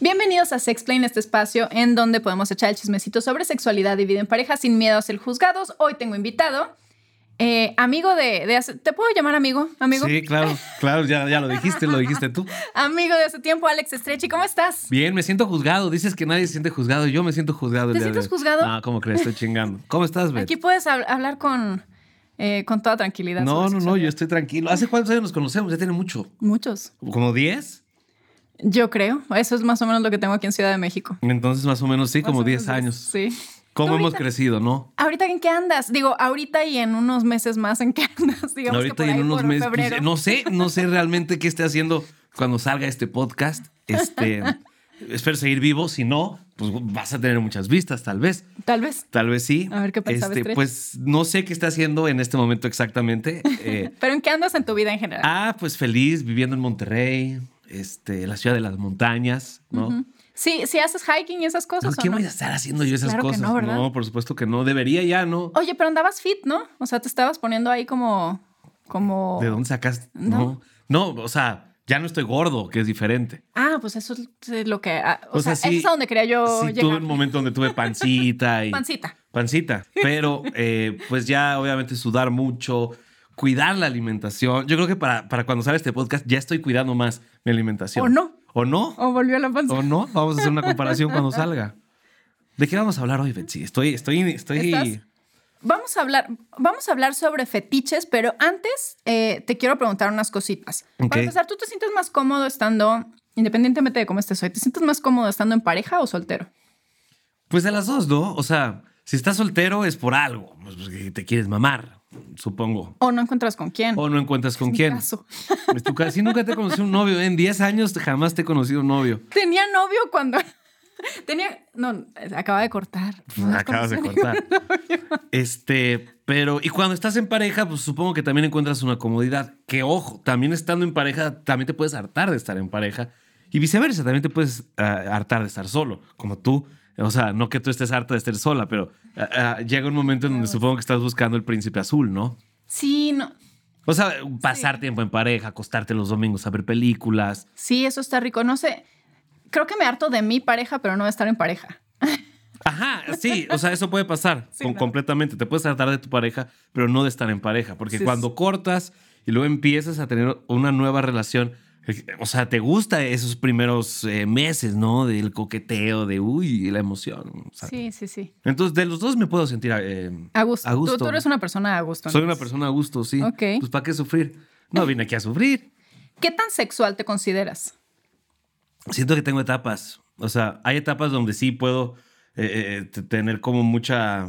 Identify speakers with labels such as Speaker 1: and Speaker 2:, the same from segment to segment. Speaker 1: Bienvenidos a Sexplain, este espacio en donde podemos echar el chismecito sobre sexualidad y vida en pareja sin miedo a ser juzgados. Hoy tengo invitado, eh, amigo de, de hace- ¿Te puedo llamar amigo? Amigo.
Speaker 2: Sí, claro, claro, ya, ya lo dijiste, lo dijiste tú.
Speaker 1: Amigo de hace tiempo, Alex Estrechi, ¿cómo estás?
Speaker 2: Bien, me siento juzgado. Dices que nadie se siente juzgado. Yo me siento juzgado. el
Speaker 1: ¿Te
Speaker 2: día de
Speaker 1: sientes
Speaker 2: hoy.
Speaker 1: juzgado?
Speaker 2: No, ¿cómo crees? Estoy chingando. ¿Cómo estás, Beth?
Speaker 1: Aquí puedes hab- hablar con, eh, con toda tranquilidad. sobre
Speaker 2: No, no, no, yo
Speaker 1: sexualidad.
Speaker 2: estoy tranquilo. ¿Hace cuántos años nos conocemos? Ya tiene mucho.
Speaker 1: Muchos,
Speaker 2: ¿Como 10?
Speaker 1: yo creo. Eso es más o menos lo que tengo aquí en Ciudad de México.
Speaker 2: Entonces, más o menos, sí,
Speaker 1: Más
Speaker 2: como
Speaker 1: o menos
Speaker 2: 10 años.
Speaker 1: Sí.
Speaker 2: ¿Cómo hemos
Speaker 1: Ahorita-
Speaker 2: crecido, no?
Speaker 1: ¿Ahorita en qué andas? Digo, ahorita y en unos meses más, ¿en qué andas? Digamos que
Speaker 2: Ahorita
Speaker 1: por
Speaker 2: y en
Speaker 1: ahí,
Speaker 2: unos
Speaker 1: por
Speaker 2: meses.
Speaker 1: febrero.
Speaker 2: no sé, no sé realmente qué esté haciendo cuando salga este podcast. Este, espero seguir vivo. Si no, pues vas a tener muchas vistas, tal vez.
Speaker 1: Tal vez.
Speaker 2: Tal vez sí.
Speaker 1: A ver qué pensaba
Speaker 2: Este,
Speaker 1: Stretch.
Speaker 2: Pues no sé qué está haciendo en este momento exactamente. Eh,
Speaker 1: ¿Pero en qué andas en tu vida en general?
Speaker 2: ah, pues feliz viviendo en Monterrey, este, la ciudad de las montañas, ¿no?
Speaker 1: Sí, si haces hiking y esas
Speaker 2: No,
Speaker 1: cosas. ¿o
Speaker 2: ¿Qué
Speaker 1: no?
Speaker 2: voy a estar haciendo yo esas
Speaker 1: Claro que
Speaker 2: cosas?
Speaker 1: no, ¿verdad?
Speaker 2: por supuesto que no. Debería ya, ¿no?
Speaker 1: Oye, pero andabas fit, ¿no? O sea, te estabas poniendo ahí como. como...
Speaker 2: ¿De dónde sacaste?
Speaker 1: No.
Speaker 2: No. no. o sea, ya no estoy gordo, que es diferente.
Speaker 1: Ah, pues eso es lo que. ah, o,
Speaker 2: O
Speaker 1: sea,
Speaker 2: sea, sí-
Speaker 1: eso es a donde quería yo
Speaker 2: sí, tuve
Speaker 1: llegar.
Speaker 2: un momento donde tuve pancita y.
Speaker 1: Oh, Pancita.
Speaker 2: Pancita. Pero eh, pues ya obviamente sudar mucho, cuidar la alimentación. Yo creo que para, para cuando sale este podcast ya estoy cuidando más mi alimentación.
Speaker 1: ¿O no?
Speaker 2: ¿O no?
Speaker 1: O volvió la panza.
Speaker 2: ¿O no? Vamos a hacer una comparación cuando salga. ¿De qué vamos a hablar hoy, Betsy? Estoy, estoy, estoy...
Speaker 1: ¿Estás? Vamos a hablar, vamos a hablar sobre fetiches, pero antes eh, te quiero preguntar unas cositas.
Speaker 2: Ok.
Speaker 1: Para empezar, ¿tú te sientes más cómodo estando, independientemente de cómo estés hoy, ¿te sientes más cómodo estando en pareja o soltero?
Speaker 2: Pues de las dos, ¿no? O sea, si estás soltero es por algo. Pues, pues, que te quieres mamar, supongo.
Speaker 1: ¿O no encuentras con quién?
Speaker 2: O no encuentras con
Speaker 1: mi
Speaker 2: quién.
Speaker 1: caso.
Speaker 2: Es tu caso. Sí, nunca te conocí un novio. En 10 años jamás te he conocido un novio.
Speaker 1: Tenía novio cuando... Tenía... No, acaba de cortar. Ah, No nos
Speaker 2: Pues, Acabas Mm, de
Speaker 1: conocemos.
Speaker 2: cortar. Este, pero, y cuando estás en pareja, pues supongo que también encuentras una comodidad. Que ojo, también estando en pareja, también te puedes hartar de estar en pareja. Y viceversa, también te puedes ah, hartar de estar solo, como tú. O sea, no que tú estés harta de estar sola, pero ah, ah, llega un momento en donde supongo que estás buscando el príncipe azul, ¿no?
Speaker 1: Sí, no.
Speaker 2: O sea, pasar tiempo en pareja, acostarte los domingos a ver películas.
Speaker 1: Sí, eso está rico. No sé. Creo que me harto de mi pareja, pero no de estar en pareja.
Speaker 2: Ajá, sí, o sea, eso puede pasar
Speaker 1: Sí,
Speaker 2: con-
Speaker 1: ¿no?
Speaker 2: completamente. Te puedes tratar de tu pareja, pero no de estar en pareja, porque
Speaker 1: Sí,
Speaker 2: cuando cortas y luego empiezas a tener una nueva relación, eh, o sea, te gusta esos primeros eh, meses, ¿no? Del coqueteo, de uy, la emoción. o sea.
Speaker 1: Sí, sí, sí.
Speaker 2: Entonces, de los dos me puedo sentir eh,
Speaker 1: A gusto.
Speaker 2: a
Speaker 1: Tú-
Speaker 2: gusto.
Speaker 1: Tú, eres una persona a gusto.
Speaker 2: Soy una
Speaker 1: entonces.
Speaker 2: persona a gusto, sí.
Speaker 1: Ok. Eh.
Speaker 2: Pues, ¿para qué sufrir? No vine aquí a sufrir.
Speaker 1: ¿Qué tan sexual te consideras?
Speaker 2: siento que tengo etapas. O sea, hay etapas donde sí puedo eh, eh, t- tener como mucha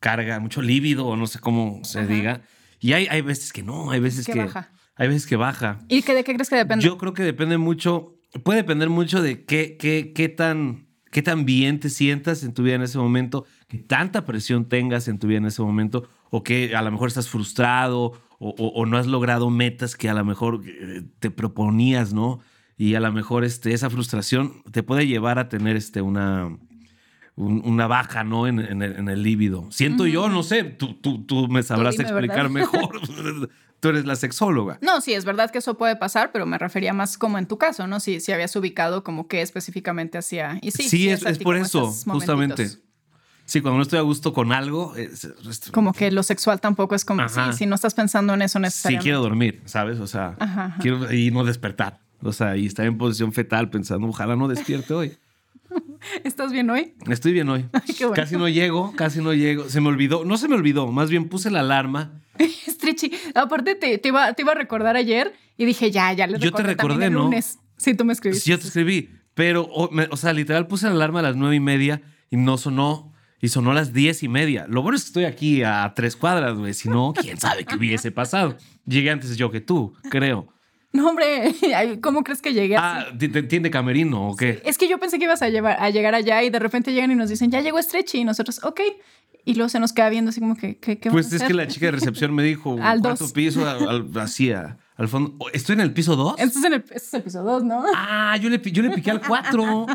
Speaker 2: carga, mucho líbido, o no sé cómo se diga. Y hay, hay veces que no, hay veces
Speaker 1: Que
Speaker 2: que,
Speaker 1: baja.
Speaker 2: Hay veces que baja.
Speaker 1: ¿Y que, de qué crees que depende?
Speaker 2: Yo creo que depende mucho, puede depender mucho de qué, qué, qué tan qué tan bien te sientas en tu vida en ese momento, qué tanta presión tengas en tu vida en ese momento, o que a lo mejor estás frustrado o, o- o no has logrado metas que a lo mejor eh, te proponías, ¿no? Y a lo mejor este, esa frustración te puede llevar a tener este, una, un- una baja, ¿no? En, en el, en el líbido. Siento yo, no sé, tú, tú, tú me sabrás
Speaker 1: dime, ¿verdad?
Speaker 2: explicar mejor. tú eres la sexóloga.
Speaker 1: No, sí, es verdad que eso puede pasar, pero me refería más como en tu caso, ¿no? Si, si habías ubicado como qué específicamente hacía. Y sí,
Speaker 2: Sí,
Speaker 1: sí
Speaker 2: es,
Speaker 1: a
Speaker 2: es
Speaker 1: ti
Speaker 2: por
Speaker 1: como
Speaker 2: eso,
Speaker 1: esos momentitos.
Speaker 2: justamente. Sí, cuando no estoy a gusto con algo, es- es-
Speaker 1: Como que lo sexual tampoco es como, sí,
Speaker 2: Ajá.
Speaker 1: si no estás pensando en eso
Speaker 2: sí
Speaker 1: necesariamente.
Speaker 2: quiero dormir, ¿sabes? O sea,
Speaker 1: Ajá, ajá.
Speaker 2: quiero y no despertar. O sea, y estar en posición fetal pensando, ojalá no despierte hoy.
Speaker 1: ¿Estás bien hoy?
Speaker 2: Estoy bien hoy.
Speaker 1: qué bueno.
Speaker 2: Casi no llego, casi no llego. Se me olvidó, no se me olvidó, más bien puse la alarma.
Speaker 1: Stretchy, aparte te, te iba, te iba a recordar ayer y dije, ya, ya le
Speaker 2: Yo te
Speaker 1: también
Speaker 2: recordé,
Speaker 1: el
Speaker 2: ¿no?
Speaker 1: lunes. Sí, tú me escribiste.
Speaker 2: Sí, yo te escribí, pero, o, me- o sea, literal puse la alarma a las nueve y media y no sonó. Y sonó a las diez y media. Lo bueno es que estoy aquí a tres cuadras, güey. Si no, quién sabe qué hubiese pasado. Llegué antes yo que tú, creo.
Speaker 1: No, hombre, ay, ¿cómo crees que llegué así?
Speaker 2: Ah, ¿te- te entiende camerino o qué?
Speaker 1: Es que yo pensé que ibas a, llevar, a llegar allá y de repente llegan y nos dicen, ya llegó Stretchy y nosotros, ok. Y luego se nos queda viendo así como que, ¿qué, qué van
Speaker 2: Pues
Speaker 1: a
Speaker 2: es
Speaker 1: hacer?
Speaker 2: que la chica de recepción me dijo,
Speaker 1: Al
Speaker 2: cuarto
Speaker 1: dos.
Speaker 2: piso, al, al- así, a- al fondo. Oh, ¿Estoy en el piso 2?
Speaker 1: Este es, en el, este es el episodio 2, ¿no?
Speaker 2: Ah, yo le, pi- yo le piqué al 4.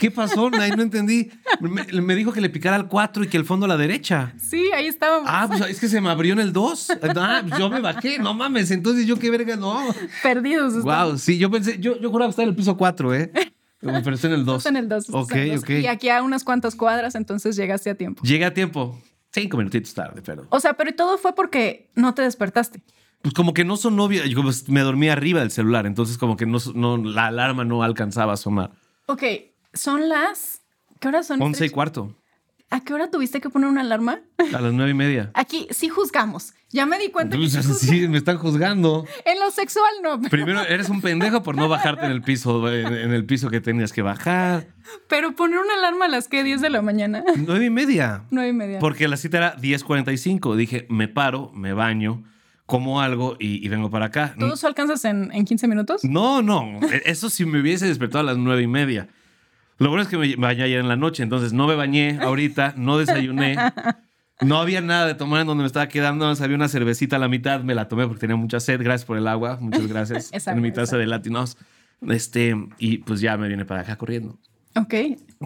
Speaker 2: ¿Qué pasó? Ahí no entendí. Me, me dijo que le picara al 4 y que el fondo a la derecha.
Speaker 1: Sí, ahí estábamos.
Speaker 2: Ah, pues es que se me abrió en el 2. Ah, pues, yo me bajé. No mames, entonces yo qué verga, no.
Speaker 1: Perdidos.
Speaker 2: Wow, sí, yo pensé, yo, yo juraba que estaba en el piso 4, ¿eh? Pero está en el 2.
Speaker 1: Está en el 2.
Speaker 2: Ok, ok.
Speaker 1: Y aquí a unas cuantas cuadras, entonces llegaste a tiempo.
Speaker 2: Llegué a tiempo. Cinco minutitos tarde, pero.
Speaker 1: O sea, pero todo fue porque no te despertaste.
Speaker 2: Pues como que no son obvias. Yo pues, me dormí arriba del celular, entonces como que no, no, la alarma no alcanzaba a sonar.
Speaker 1: Ok, son las... ¿Qué hora son?
Speaker 2: Once y cuarto,
Speaker 1: ¿A qué hora tuviste que poner una alarma?
Speaker 2: a las nueve y media.
Speaker 1: Aquí sí juzgamos. Ya me di cuenta. que
Speaker 2: Pues,
Speaker 1: sí juzgamos.
Speaker 2: sí, me están juzgando.
Speaker 1: En lo sexual no, pero,
Speaker 2: Primero, eres un pendejo por no bajarte en el piso, en, en el piso que tenías que bajar.
Speaker 1: pero poner una alarma a las que 10 de la mañana.
Speaker 2: Nueve y media.
Speaker 1: Nueve y media.
Speaker 2: Porque la cita era 10.45. Dije, me paro, me baño, como algo y, y vengo para acá.
Speaker 1: ¿Todo eso alcanzas en, en 15 minutos?
Speaker 2: No, no. E- Eso si me hubiese despertado a las nueve y media. Lo bueno es que me bañé ayer en la noche, entonces no me bañé ahorita, no desayuné. No había nada de tomar en donde me estaba quedando. Había una cervecita a la mitad, me la tomé porque tenía mucha sed. Gracias por el agua, muchas gracias.
Speaker 1: Esa
Speaker 2: en mi
Speaker 1: agua,
Speaker 2: taza
Speaker 1: esa.
Speaker 2: de latinos. Este, y pues ya me vine para acá corriendo.
Speaker 1: Ok,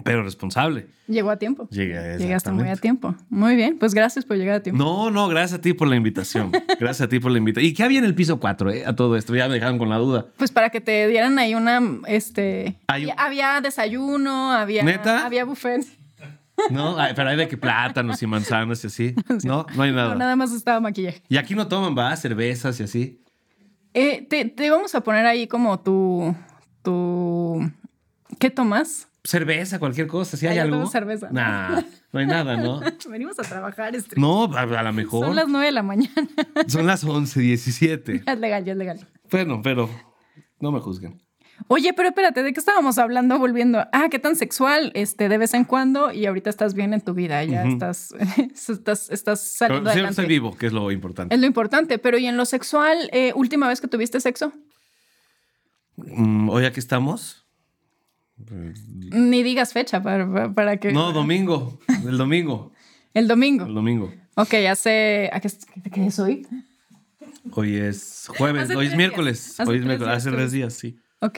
Speaker 2: Pero responsable.
Speaker 1: llegó a tiempo.
Speaker 2: Llegué
Speaker 1: Llegaste muy
Speaker 2: exactamente.
Speaker 1: a tiempo. Muy bien, pues gracias por llegar a tiempo.
Speaker 2: No, no, gracias a ti por la invitación. Gracias a ti por la invitación. ¿Y qué había en el piso 4 a todo esto? Ya me dejaron con la duda.
Speaker 1: Pues para que te dieran ahí una, este,
Speaker 2: Hay un-
Speaker 1: había desayuno, había,
Speaker 2: ¿Neta?
Speaker 1: había buffet,
Speaker 2: No, Ay, pero hay de que plátanos y manzanas y así. No, no hay
Speaker 1: No,
Speaker 2: nada.
Speaker 1: nada más estaba maquillaje.
Speaker 2: Y aquí no toman, va, cervezas y así.
Speaker 1: Eh, te, te vamos a poner ahí como tu, tu, ¿qué tomas?
Speaker 2: Cerveza, cualquier cosa, si hay
Speaker 1: Ay, yo
Speaker 2: algo.
Speaker 1: tomo cerveza.
Speaker 2: Nah, no hay nada, ¿no?
Speaker 1: Venimos a trabajar, este Stri.
Speaker 2: No, a, a lo mejor.
Speaker 1: Son las 9 de la mañana.
Speaker 2: Son las 11, 17.
Speaker 1: Ya es legal, ya es legal.
Speaker 2: Bueno, pero no me juzguen.
Speaker 1: Oye, pero espérate, ¿de qué estábamos hablando volviendo? Ah, qué tan sexual, este, de vez en cuando y ahorita estás bien en tu vida, ya
Speaker 2: Ujú.
Speaker 1: estás, estás, estás
Speaker 2: Pero
Speaker 1: saliendo
Speaker 2: siempre estoy
Speaker 1: adelante.
Speaker 2: vivo, que es lo importante.
Speaker 1: Es lo importante, pero ¿y en lo sexual, eh, última vez que tuviste sexo?
Speaker 2: Mm, Hoy aquí estamos.
Speaker 1: Ni digas fecha para, para- para que...
Speaker 2: No, domingo. El domingo.
Speaker 1: El
Speaker 2: El
Speaker 1: domingo.
Speaker 2: domingo.
Speaker 1: Ok, hace... ¿a qué, qué es hoy?
Speaker 2: Hoy es jueves,
Speaker 1: Hace
Speaker 2: hoy
Speaker 1: tres
Speaker 2: es miércoles.
Speaker 1: días. Hace
Speaker 2: Hoy es
Speaker 1: tres
Speaker 2: miércoles,
Speaker 1: días
Speaker 2: hace tres días, sí.
Speaker 1: Ok.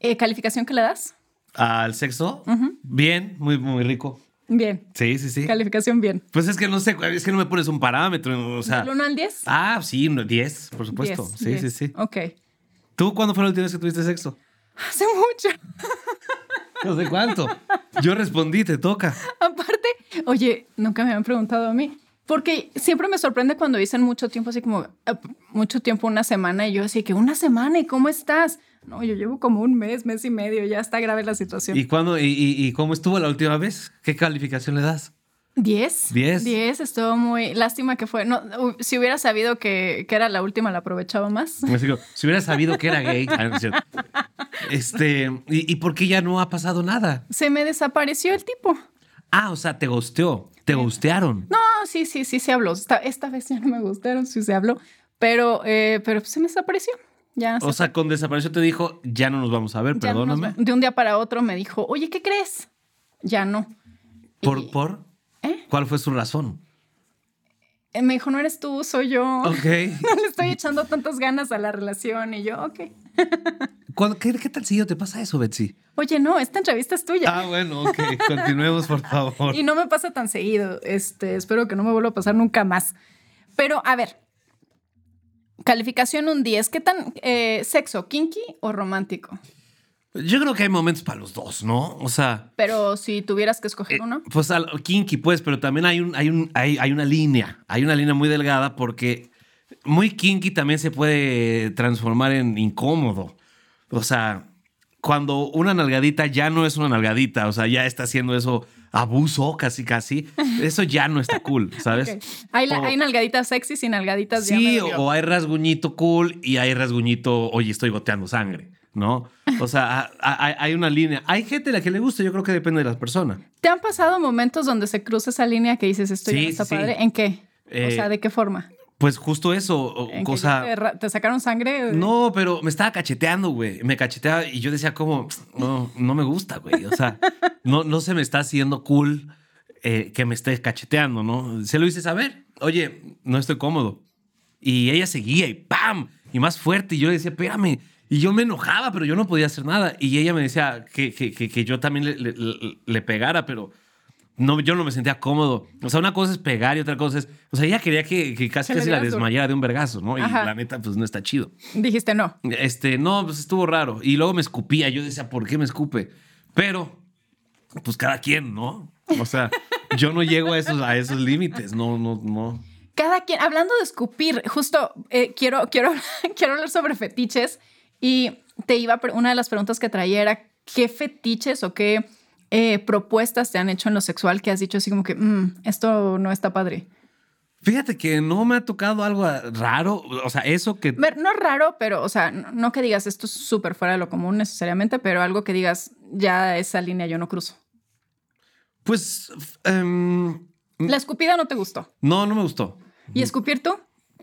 Speaker 1: Eh, ¿Calificación que le das?
Speaker 2: ¿Al sexo? Bien, muy, muy rico.
Speaker 1: Bien.
Speaker 2: Sí, sí, sí.
Speaker 1: Calificación bien.
Speaker 2: Pues es que no sé, es que no me pones un parámetro, o sea.
Speaker 1: ¿Del 1 al 10?
Speaker 2: Ah, sí, no, 10, por supuesto.
Speaker 1: 10,
Speaker 2: sí,
Speaker 1: 10.
Speaker 2: sí, sí.
Speaker 1: Ok.
Speaker 2: ¿Tú cuándo fue la última vez que tuviste sexo?
Speaker 1: Hace mucho.
Speaker 2: No sé cuánto. Yo respondí, te toca.
Speaker 1: Aparte, oye, nunca me habían preguntado a mí. Porque siempre me sorprende cuando dicen mucho tiempo, así como "Ah, p- mucho tiempo, una semana, y yo así que una semana, ¿y cómo estás? No, yo llevo como un mes, mes y medio, ya está grave la situación.
Speaker 2: ¿Y cuándo y, y- y cómo estuvo la última vez? ¿Qué calificación le das?
Speaker 1: ¿Diez?
Speaker 2: Diez.
Speaker 1: Diez, estuvo muy... Lástima que fue... No, u- si hubiera sabido que, que era la última, la aprovechaba más.
Speaker 2: Me digo, si hubiera sabido que era gay. Ah, no es cierto. Este, ¿y, ¿y por qué ya no ha pasado nada?
Speaker 1: Se me desapareció el tipo.
Speaker 2: Ah, o sea, te gosteó, te gustearon.
Speaker 1: No, Ah, sí, sí, sí se habló. Esta, esta vez ya no me gustaron, sí se habló. Pero, eh, pero se me desapareció. Ya
Speaker 2: O sea, con desaparición te dijo, ya no nos vamos a ver,
Speaker 1: Ya no nos
Speaker 2: perdóname.
Speaker 1: va- de un día para otro me dijo, oye, ¿qué crees? Ya no.
Speaker 2: ¿Por, por? ¿Cuál fue su razón?
Speaker 1: Eh, Me dijo, no eres tú, soy yo.
Speaker 2: Ok.
Speaker 1: No le estoy echando tantas ganas a la relación. Y yo, ok.
Speaker 2: ¿Cuándo- ¿Qué, qué tan seguido te pasa eso, Betsy?
Speaker 1: Oye, no, esta entrevista es tuya.
Speaker 2: Ah, bueno, ok. Continuemos, por favor.
Speaker 1: Y no me pasa tan seguido. Este, espero que no me vuelva a pasar nunca más. Pero, a ver. Calificación un 10. ¿Qué tan eh, sexo, kinky o romántico?
Speaker 2: Yo creo que hay momentos para los dos, ¿no? O sea,
Speaker 1: Pero si tuvieras que escoger uno.
Speaker 2: pues al- kinky, pues, pero también hay, un, hay, un, hay, hay una línea. Hay una línea muy delgada porque muy kinky también se puede transformar en incómodo. O sea, cuando una nalgadita ya no es una nalgadita, o sea, ya está haciendo eso abuso casi, casi, eso ya no está cool, ¿sabes?
Speaker 1: Ok. Hay, la-
Speaker 2: O-
Speaker 1: hay nalgaditas sexys y nalgaditas ya me
Speaker 2: pues, Sí,
Speaker 1: dolió.
Speaker 2: o hay rasguñito cool y hay rasguñito, oye, estoy goteando sangre, ¿no? O sea, ha- ha- hay, una línea. Hay gente a la que le gusta, yo creo que depende de las personas.
Speaker 1: ¿Te han pasado momentos donde se cruza esa línea que dices esto ya
Speaker 2: Sí,
Speaker 1: no está
Speaker 2: sí, sí.
Speaker 1: padre? ¿En qué? o
Speaker 2: Eh,
Speaker 1: sea, ¿de qué forma?
Speaker 2: Pues justo eso, o-
Speaker 1: ¿En que
Speaker 2: cosa...
Speaker 1: te, ra- te sacaron sangre?
Speaker 2: No, pero me estaba cacheteando, güey. Me cacheteaba y yo decía como, no, no me gusta, güey. O sea, no, no se me está haciendo cool eh, que me estés cacheteando, ¿no? Se lo hice saber. Oye, no estoy cómodo. Y ella seguía y ¡pam! Y más fuerte. Y yo le decía, espérame. Y yo me enojaba, pero yo no podía hacer nada. Y ella me decía que, que- que- que yo también le, le- le- le pegara, pero no, yo no me sentía cómodo. O sea, una cosa es pegar y otra cosa es. O sea, ella quería que, que casi
Speaker 1: Que le
Speaker 2: casi la
Speaker 1: dieras duro.
Speaker 2: desmayara de un vergazo, ¿no? Y
Speaker 1: Ajá.
Speaker 2: la neta, pues no está chido.
Speaker 1: Dijiste no.
Speaker 2: Este, no, pues estuvo raro. Y luego me escupía. Yo decía, ¿por qué me escupe? Pero, pues cada quien, ¿no? O sea, yo no llego a esos, a esos límites. No, no, no.
Speaker 1: Cada quien, hablando de escupir, justo eh, quiero, quiero, quiero hablar sobre fetiches y te iba, a pre- una de las preguntas que traía era, ¿qué fetiches o qué eh, propuestas te han hecho en lo sexual que has dicho así como que, "Mm, esto no está padre?
Speaker 2: Fíjate que no me ha tocado algo raro. O sea, eso que.
Speaker 1: Ver, No raro, pero, o sea, no no que digas esto es súper fuera de lo común necesariamente, pero algo que digas, ya esa línea yo no cruzo.
Speaker 2: Pues. f- em,
Speaker 1: La escupida no te gustó.
Speaker 2: no, no me gustó.
Speaker 1: ¿Y escupir tú?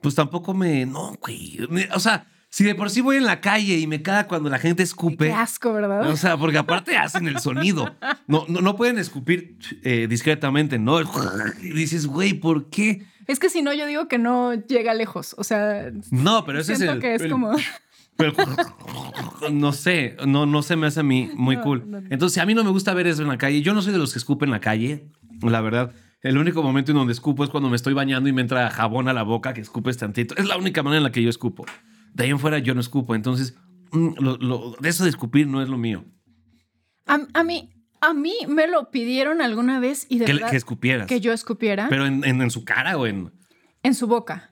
Speaker 2: Pues tampoco me. No, güey. Me- O sea, si de por sí voy en la calle y me caga cuando la gente
Speaker 1: Qué
Speaker 2: escupe.
Speaker 1: asco, ¿verdad?
Speaker 2: O sea, porque aparte hacen el sonido. No, no, no pueden escupir eh, discretamente, ¿no? Y dices, güey, ¿por qué?
Speaker 1: es que si no, yo digo que no llega lejos. O sea,
Speaker 2: No, pero ese
Speaker 1: siento
Speaker 2: es el.
Speaker 1: que es
Speaker 2: el-
Speaker 1: como...
Speaker 2: el- no sé, no, no se me hace a mí muy
Speaker 1: No,
Speaker 2: cool.
Speaker 1: no, no.
Speaker 2: Entonces, a mí no me gusta ver eso en la calle. Yo no soy de los que escupen en la calle, la verdad. El único momento en donde escupo es cuando me estoy bañando y me entra jabón a la boca, que escupes tantito. Es la única manera en la que yo escupo. De ahí en fuera yo no escupo. Entonces, mm, lo- lo- eso de escupir no es lo mío.
Speaker 1: A, a mí, a mí me lo pidieron alguna vez y de
Speaker 2: Que, le-
Speaker 1: verdad
Speaker 2: que escupieras.
Speaker 1: que yo escupiera
Speaker 2: Pero en, en- en su cara o en...
Speaker 1: en su boca.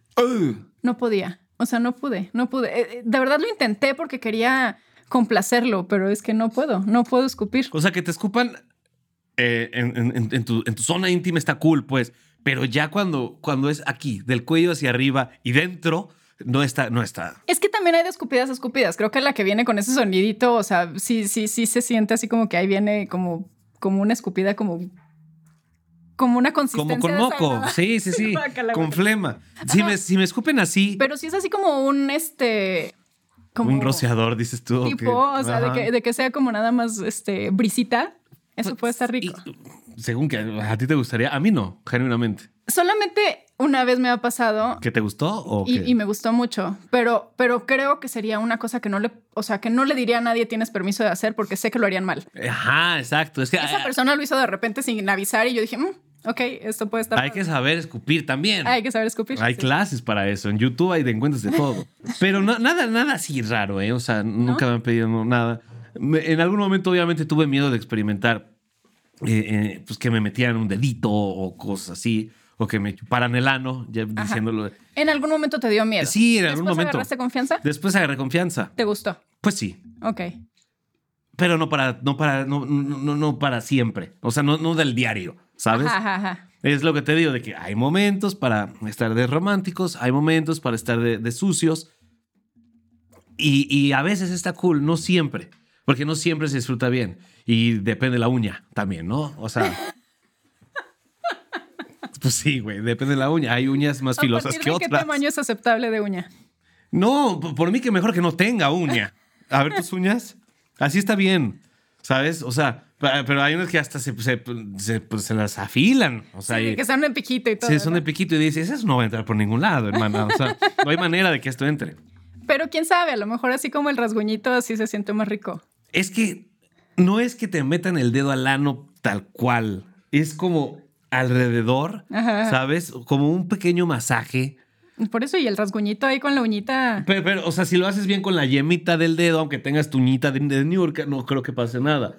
Speaker 1: No podía. O sea, no pude, no pude. Eh, eh, De verdad lo intenté porque quería complacerlo, pero es que no puedo, no puedo escupir.
Speaker 2: O sea, que te escupan eh, en, en- en- en tu, en tu zona íntima está cool, pues. Pero ya cuando, cuando es aquí, del cuello hacia arriba y dentro, no está, no está.
Speaker 1: Es que también hay de escupidas a escupidas. Creo que la que viene con ese sonidito, o sea, sí, sí, sí se siente así como que ahí viene como, como una escupida, como, como una consistencia.
Speaker 2: Como con moco.
Speaker 1: desagradable.
Speaker 2: Sí, sí, sí.
Speaker 1: Guácala,
Speaker 2: con
Speaker 1: guácala.
Speaker 2: flema. Si me, si me escupen así,
Speaker 1: Pero sí es así como un este. Como
Speaker 2: un rociador, dices tú.
Speaker 1: Tipo,
Speaker 2: que-
Speaker 1: o sea, de
Speaker 2: Ajá.
Speaker 1: que, de que sea como nada más este brisita. Eso puede estar rico.
Speaker 2: Y, según que a ti te gustaría, a mí no, genuinamente.
Speaker 1: Solamente una vez me ha pasado
Speaker 2: ¿Que te gustó o
Speaker 1: y,
Speaker 2: qué?
Speaker 1: y me gustó mucho, pero, pero creo que sería una cosa que no le, o sea, que no le diría a nadie tienes permiso de hacer porque sé que lo harían mal.
Speaker 2: Ajá, exacto. Es que
Speaker 1: Esa
Speaker 2: hay,
Speaker 1: persona lo hizo de repente sin avisar y yo dije, "Mm, ok, esto puede estar.
Speaker 2: hay que
Speaker 1: padre".
Speaker 2: saber escupir también.
Speaker 1: Hay que saber escupir.
Speaker 2: Hay
Speaker 1: sí.
Speaker 2: clases para eso. En YouTube hay de encuentras de todo. Pero na- nada, nada así raro, ¿eh? O sea, nunca me han pedido no, nada. Me- en algún momento, obviamente, tuve miedo de experimentar. eh, eh, pues que me metieran un dedito o cosas así. O que me chuparan el ano, ya diciéndolo.
Speaker 1: En algún momento te dio miedo.
Speaker 2: Sí, en algún
Speaker 1: Después
Speaker 2: momento.
Speaker 1: agarraste confianza?
Speaker 2: Después agarré confianza.
Speaker 1: ¿Te gustó?
Speaker 2: Pues sí.
Speaker 1: Ok.
Speaker 2: Pero no para, no para, no, no, no- no para siempre. O sea, no, no del diario, ¿sabes?
Speaker 1: Ajá, ajá, ajá.
Speaker 2: Es lo que te digo, de que hay momentos para estar de románticos, hay momentos para estar de, de sucios. Y, y a veces está cool, no siempre, porque no siempre se disfruta bien. Y depende la uña también, ¿no? O sea... Pues sí, güey, depende la uña. Hay uñas más
Speaker 1: ¿A
Speaker 2: filosas
Speaker 1: partir
Speaker 2: que
Speaker 1: de ¿Qué
Speaker 2: otras. Pues
Speaker 1: tamaño es aceptable de uña?
Speaker 2: No, p- por mí que mejor que no tenga uña. A ver tus uñas. Así está bien, ¿sabes? O sea, pa- pero hay unas que hasta se, se- se- pues, se las afilan. O sea,
Speaker 1: Sí,
Speaker 2: y-
Speaker 1: que sean de piquito y todo.
Speaker 2: Sí, son
Speaker 1: ¿no?
Speaker 2: de piquito y dices, eso no va a entrar por ningún lado, hermana. O sea, no hay manera de que esto entre.
Speaker 1: Pero quién sabe, a lo mejor así como el rasguñito, así se siente más rico.
Speaker 2: Es que no es que te metan el dedo al ano tal cual. Es como alrededor,
Speaker 1: Ajá, ajá.
Speaker 2: ¿sabes? Como un pequeño masaje.
Speaker 1: Por eso, y el rasguñito ahí con la uñita.
Speaker 2: Pero, pero, o sea, si lo haces bien con la yemita del dedo, aunque tengas tu uñita de, de New York, no creo que pase nada.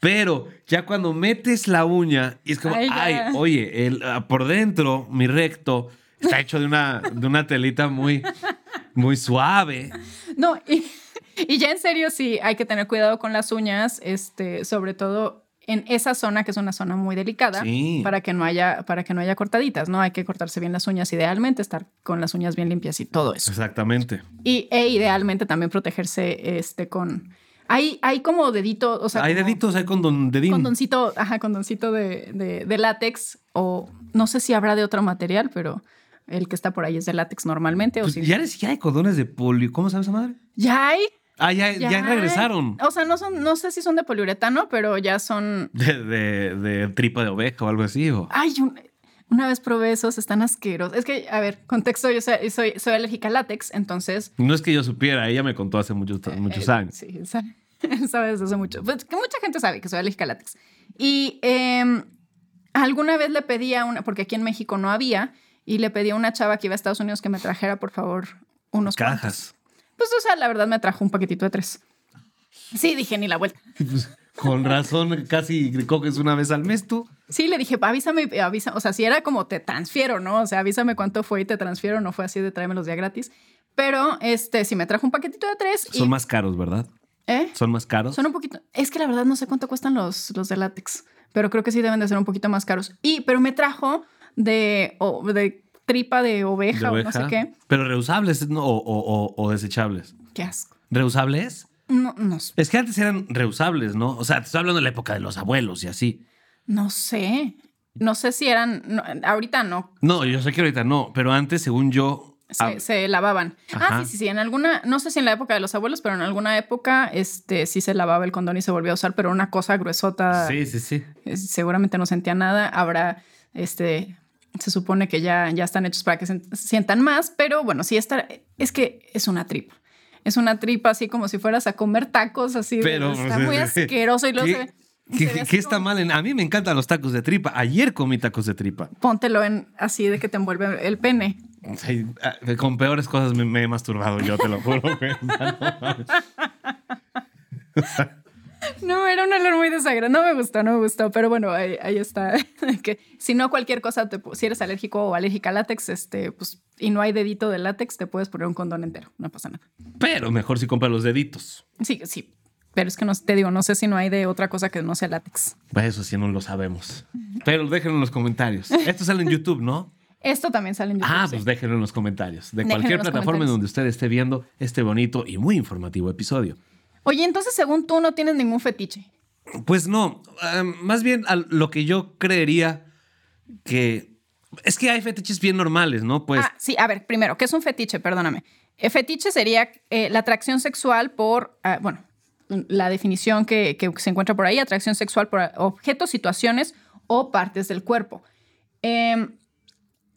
Speaker 2: Pero ya cuando metes la uña, y es como,
Speaker 1: Ay,
Speaker 2: ay,
Speaker 1: ya.
Speaker 2: oye, el, ah, por dentro, mi recto está hecho de una, de una telita muy, muy suave.
Speaker 1: No, y, y ya en serio, sí, hay que tener cuidado con las uñas, este, sobre todo en esa zona que es una zona muy delicada
Speaker 2: Sí.
Speaker 1: para que no haya para que no haya cortaditas, ¿no? Hay que cortarse bien las uñas idealmente, estar con las uñas bien limpias y todo eso.
Speaker 2: Exactamente.
Speaker 1: Y e idealmente también protegerse este con hay hay como dedito, o sea,
Speaker 2: hay
Speaker 1: como-
Speaker 2: deditos, hay condón, dedín.
Speaker 1: condoncito, ajá, condoncito de, de- de látex o no sé si habrá de otro material, pero el que está por ahí es de látex normalmente o
Speaker 2: Pues,
Speaker 1: si
Speaker 2: ya, eres- ya hay condones de polio. ¿Cómo sabes esa madre?
Speaker 1: ya hay,
Speaker 2: Ah, ya, ya,
Speaker 1: hay.
Speaker 2: regresaron.
Speaker 1: O sea, no son no sé si son de poliuretano, pero ya son
Speaker 2: De, de- de tripa de oveja o algo así. o-
Speaker 1: ay, un- una vez probé esos, están asquerosos. Es que a ver, contexto, yo soy soy, soy alérgica al látex, entonces
Speaker 2: No es que yo supiera, ella me contó hace muchos, muchos
Speaker 1: Eh,
Speaker 2: años.
Speaker 1: Sí, él sabe, él sabe desde hace mucho. Pues que mucha gente sabe que soy alérgica al látex. Y eh, a alguna vez le pedí a una, porque aquí en México no había, y le pedí a una chava que iba a Estados Unidos que me trajera, por favor, unos cuantos.
Speaker 2: Cajas.
Speaker 1: Pues, o sea, la verdad me trajo un paquetito de tres. Sí, dije, ni la vuelta.
Speaker 2: Pues, con razón, casi coges una vez al mes tú.
Speaker 1: Sí, le dije, avísame, avisa, o sea, si era como te transfiero, ¿no? O sea, avísame cuánto fue y te transfiero, no fue así de tráemelos ya gratis. Pero, este, si me trajo un paquetito de tres y...
Speaker 2: Son más caros, ¿verdad?
Speaker 1: ¿Eh?
Speaker 2: Son más caros.
Speaker 1: Son un poquito. Es que la verdad no sé cuánto cuestan los, los de látex, pero creo que sí deben de ser un poquito más caros. Y, pero me trajo de, o de tripa de
Speaker 2: De
Speaker 1: oveja, o
Speaker 2: oveja.
Speaker 1: no sé qué.
Speaker 2: Pero reusables ¿no? o, o- o- o desechables.
Speaker 1: Qué asco.
Speaker 2: ¿Reusables?
Speaker 1: No, no,
Speaker 2: Es que antes eran reusables, ¿no? O sea, te estoy hablando de la época de los abuelos y así.
Speaker 1: no sé. No sé si eran. no, ahorita no.
Speaker 2: No, yo sé que ahorita no, pero antes, según yo.
Speaker 1: Se,
Speaker 2: ah,
Speaker 1: se lavaban.
Speaker 2: Ajá.
Speaker 1: Ah, sí, sí, sí. En alguna, no sé si en la época de los abuelos, pero en alguna época, este, sí se lavaba el condón y se volvía a usar, pero una cosa gruesota.
Speaker 2: Sí, sí, sí.
Speaker 1: Eh, seguramente no sentía nada. Habrá, este, se supone que ya, ya están hechos para que sen- sientan más, pero bueno, sí está, es que es una tripa. Es una tripa así como si fueras a comer tacos, así. de-
Speaker 2: Pero pues,
Speaker 1: está muy asqueroso y luego se ve-
Speaker 2: ¿Qué,
Speaker 1: se ve
Speaker 2: qué-
Speaker 1: así
Speaker 2: qué está
Speaker 1: como-
Speaker 2: mal? en- A mí me encantan los tacos de tripa. Ayer comí tacos de tripa.
Speaker 1: Póntelo en así de que te envuelve el pene.
Speaker 2: O sea, y, ah, con peores cosas me, me he masturbado, yo te lo juro. güey.
Speaker 1: No, era un olor muy desagradable. No me gustó, no me gustó, pero bueno, ahí, ahí está. que si no, cualquier cosa, te, pu- si eres alérgico o alérgica a látex, este, pues, y no hay dedito de látex, te puedes poner un condón entero. No pasa nada.
Speaker 2: Pero mejor si compra los deditos.
Speaker 1: Sí, sí. Pero es que no, te digo, no sé si no hay de otra cosa que no sea látex.
Speaker 2: Pues eso sí no lo sabemos. Pero déjenlo en los comentarios. Esto sale en YouTube, ¿no?
Speaker 1: Esto también sale en YouTube.
Speaker 2: Ah,
Speaker 1: sí.
Speaker 2: pues déjenlo en los comentarios. De
Speaker 1: Déjenlo en
Speaker 2: cualquier
Speaker 1: los
Speaker 2: plataforma en
Speaker 1: comentarios.
Speaker 2: donde usted esté viendo este bonito y muy informativo episodio.
Speaker 1: Oye, entonces, según tú, no tienes ningún fetiche.
Speaker 2: Pues no, ah, más bien a lo que yo creería que... Es que hay fetiches bien normales, ¿no? Pues
Speaker 1: ah, sí, a ver, primero, ¿qué es un fetiche? Perdóname. Eh, fetiche sería eh, la atracción sexual por, ah, bueno, la definición que, que se encuentra por ahí, atracción sexual por objetos, situaciones o partes del cuerpo. Eh,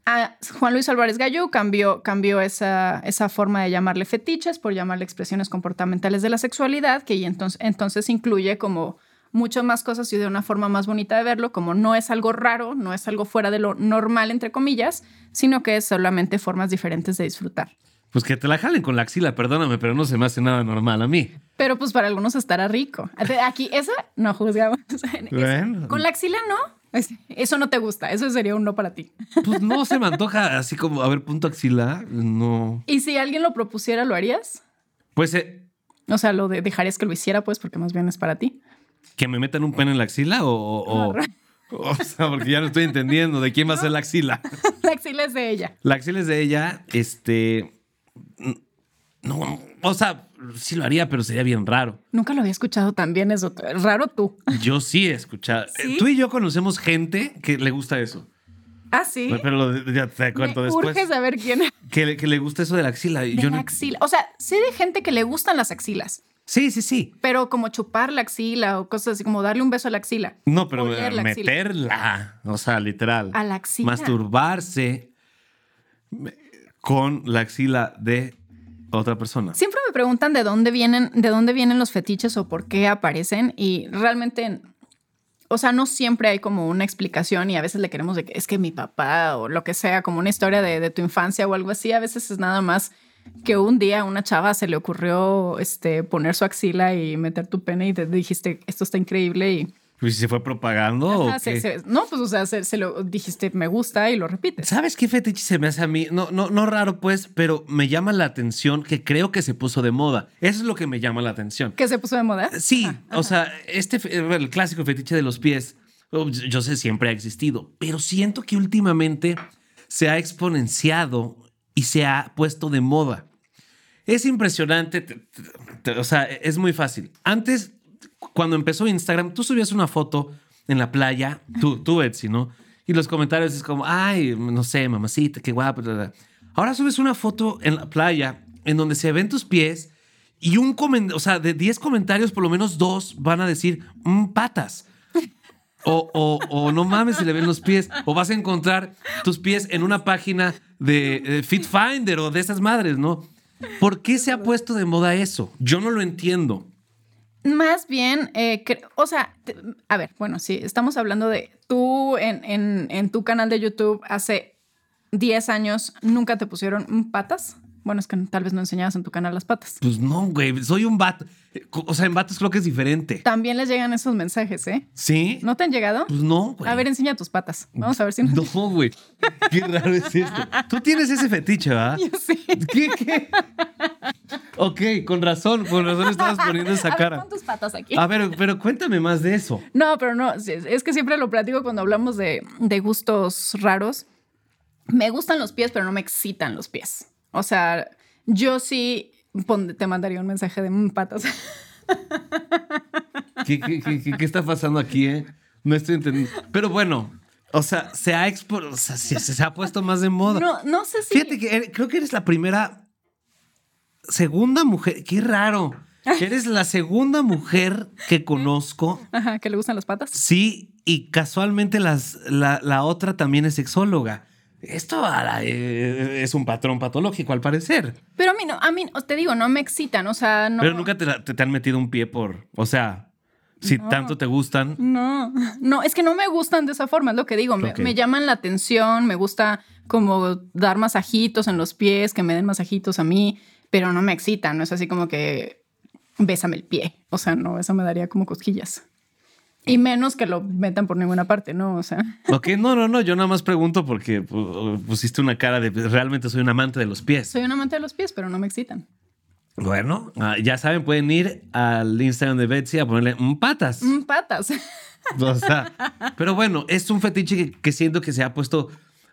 Speaker 1: a Juan Luis Álvarez Gallú cambió, cambió esa, esa forma de llamarle fetiches por llamarle expresiones comportamentales de la sexualidad, que y entonces, entonces incluye como mucho más cosas y de una forma más bonita de verlo, como no es algo raro, no es algo fuera de lo normal, entre comillas, sino que es solamente formas diferentes de disfrutar.
Speaker 2: Pues que te la jalen con la axila, perdóname, pero no se me hace nada normal a mí.
Speaker 1: Pero pues para algunos estará rico. Aquí, esa no juzgamos.
Speaker 2: Bueno.
Speaker 1: Con la axila no. Es- Eso no te gusta, eso sería un no para ti.
Speaker 2: Pues no se me antoja así como, a ver, punto axila, no.
Speaker 1: ¿Y si alguien lo propusiera, lo harías?
Speaker 2: Pues eh,
Speaker 1: O sea, lo de dejarías que lo hiciera, pues, porque más bien es para ti.
Speaker 2: que me metan un pene en la axila o... o- o-
Speaker 1: No.
Speaker 2: o sea, porque ya no estoy entendiendo de quién va a ser la axila.
Speaker 1: La axila es de ella.
Speaker 2: La axila es de ella, este... n- No, o sea, sí lo haría, pero sería bien raro.
Speaker 1: Nunca lo había escuchado tan bien eso. Raro tú.
Speaker 2: Yo sí he escuchado.
Speaker 1: ¿Sí?
Speaker 2: Eh, Tú y yo conocemos gente que le gusta eso.
Speaker 1: Ah, sí.
Speaker 2: Pero lo de- ya te
Speaker 1: Me
Speaker 2: cuento después.
Speaker 1: urge saber quién es.
Speaker 2: Que, le- que le gusta eso de la axila. y
Speaker 1: De
Speaker 2: yo
Speaker 1: la
Speaker 2: no-
Speaker 1: axila. O sea, sé de gente que le gustan las axilas,
Speaker 2: Sí, sí, sí.
Speaker 1: pero como chupar la axila o cosas así, como darle un beso a la axila.
Speaker 2: No, pero
Speaker 1: Oler la axila.
Speaker 2: meterla, o sea, literal.
Speaker 1: A la axila.
Speaker 2: Masturbarse me- con la axila de otra persona.
Speaker 1: Siempre me preguntan de dónde vienen, de dónde vienen los fetiches o por qué aparecen y realmente, o sea, no siempre hay como una explicación y a veces le queremos de que es que mi papá o lo que sea, como una historia de, de tu infancia o algo así. A veces es nada más que un día a una chava se le ocurrió este, poner su axila y meter tu pene y te dijiste esto está increíble y
Speaker 2: Pues, ¿Se fue propagando? o
Speaker 1: Ajá, se-
Speaker 2: qué?
Speaker 1: se- no, pues o sea, se, se lo dijiste me gusta y lo repites.
Speaker 2: ¿Sabes qué fetiche se me hace a mí? No, no, no raro, pues, pero me llama la atención que creo que se puso de moda. Eso es lo que me llama la atención.
Speaker 1: ¿Qué se puso de moda?
Speaker 2: Sí, o sea, este, fe- el clásico fetiche de los pies, oh, yo yo sé, siempre ha existido, pero siento que últimamente se ha exponenciado y se ha puesto de moda. Es impresionante, te- te- te- o sea, es muy fácil. Antes, cuando empezó Instagram, tú subías una foto en la playa, tú, tú Etsy, ¿no? Y los comentarios es como, ay, no sé, mamacita, qué guapa. bla, bla, bla". Ahora subes una foto en la playa en donde se ven tus pies y un comentario, o sea, de 10 comentarios, por lo menos dos van a decir, "Mm, patas. O, o- o no mames, se le ven los pies. O vas a encontrar tus pies en una página de, eh, Fit Finder o de esas madres, ¿no? ¿Por qué se ha puesto de moda eso? Yo no lo entiendo.
Speaker 1: Más bien, eh, cre- o sea, te- a ver, bueno, sí, estamos hablando de tú en, en- en tu canal de YouTube hace 10 años nunca te pusieron mm, patas. Bueno, es que tal vez no enseñabas en tu canal las patas.
Speaker 2: Pues no, güey, soy un vato. O sea, en vatos creo que es diferente.
Speaker 1: También les llegan esos mensajes, ¿eh?
Speaker 2: ¿Sí?
Speaker 1: ¿No te han llegado?
Speaker 2: Pues no, güey.
Speaker 1: A ver, enseña tus patas. Vamos a ver si no.
Speaker 2: No, güey. Qué raro es esto. Tú tienes ese fetiche, ¿verdad?
Speaker 1: Sí.
Speaker 2: ¿Qué, qué? Ok, con razón, con razón estabas poniendo
Speaker 1: A
Speaker 2: esa
Speaker 1: ver,
Speaker 2: cara.
Speaker 1: pon tus patas aquí.
Speaker 2: A ver, pero cuéntame más de eso.
Speaker 1: No, pero no, es- es que siempre lo platico cuando hablamos de, de gustos raros. Me gustan los pies, pero no me excitan los pies. O sea, yo sí pon- te mandaría un mensaje de "Mm, patas.
Speaker 2: ¿Qué, qué, qué- qué- qué está pasando aquí, eh? No estoy entendiendo. Pero bueno, o sea, se ha, expo- o sea, se, se ha puesto más de moda.
Speaker 1: No, no sé si.
Speaker 2: Fíjate que er- creo que eres la primera, segunda mujer, qué raro. Eres la segunda mujer que conozco,
Speaker 1: Ajá, que le gustan las patas.
Speaker 2: sí, y casualmente las, la, la otra también es sexóloga. Esto ah, eh, es un patrón patológico, al parecer.
Speaker 1: Pero a mí no, a mí, te digo, no me excitan. O sea, no.
Speaker 2: Pero nunca te, la- te- te han metido un pie por, o sea, si tanto te gustan.
Speaker 1: No, no, es que no me gustan de esa forma, es lo que digo. Me,
Speaker 2: Ok.
Speaker 1: me llaman la atención, me gusta como dar masajitos en los pies, que me den masajitos a mí, pero no me excita, no es así como que bésame el pie. O sea, no, eso me daría como cosquillas. Y menos que lo metan por ninguna parte, ¿no? O sea,
Speaker 2: Ok, no, no, no, yo nada más pregunto porque pu- pusiste una cara de realmente soy un amante de los pies.
Speaker 1: soy un amante de los pies, pero no me excitan.
Speaker 2: Bueno, ah, ya saben, pueden ir al Instagram de Betsy a ponerle mm, patas.
Speaker 1: Mm, patas.
Speaker 2: O sea, pero bueno, es un fetiche que, que siento que se ha puesto,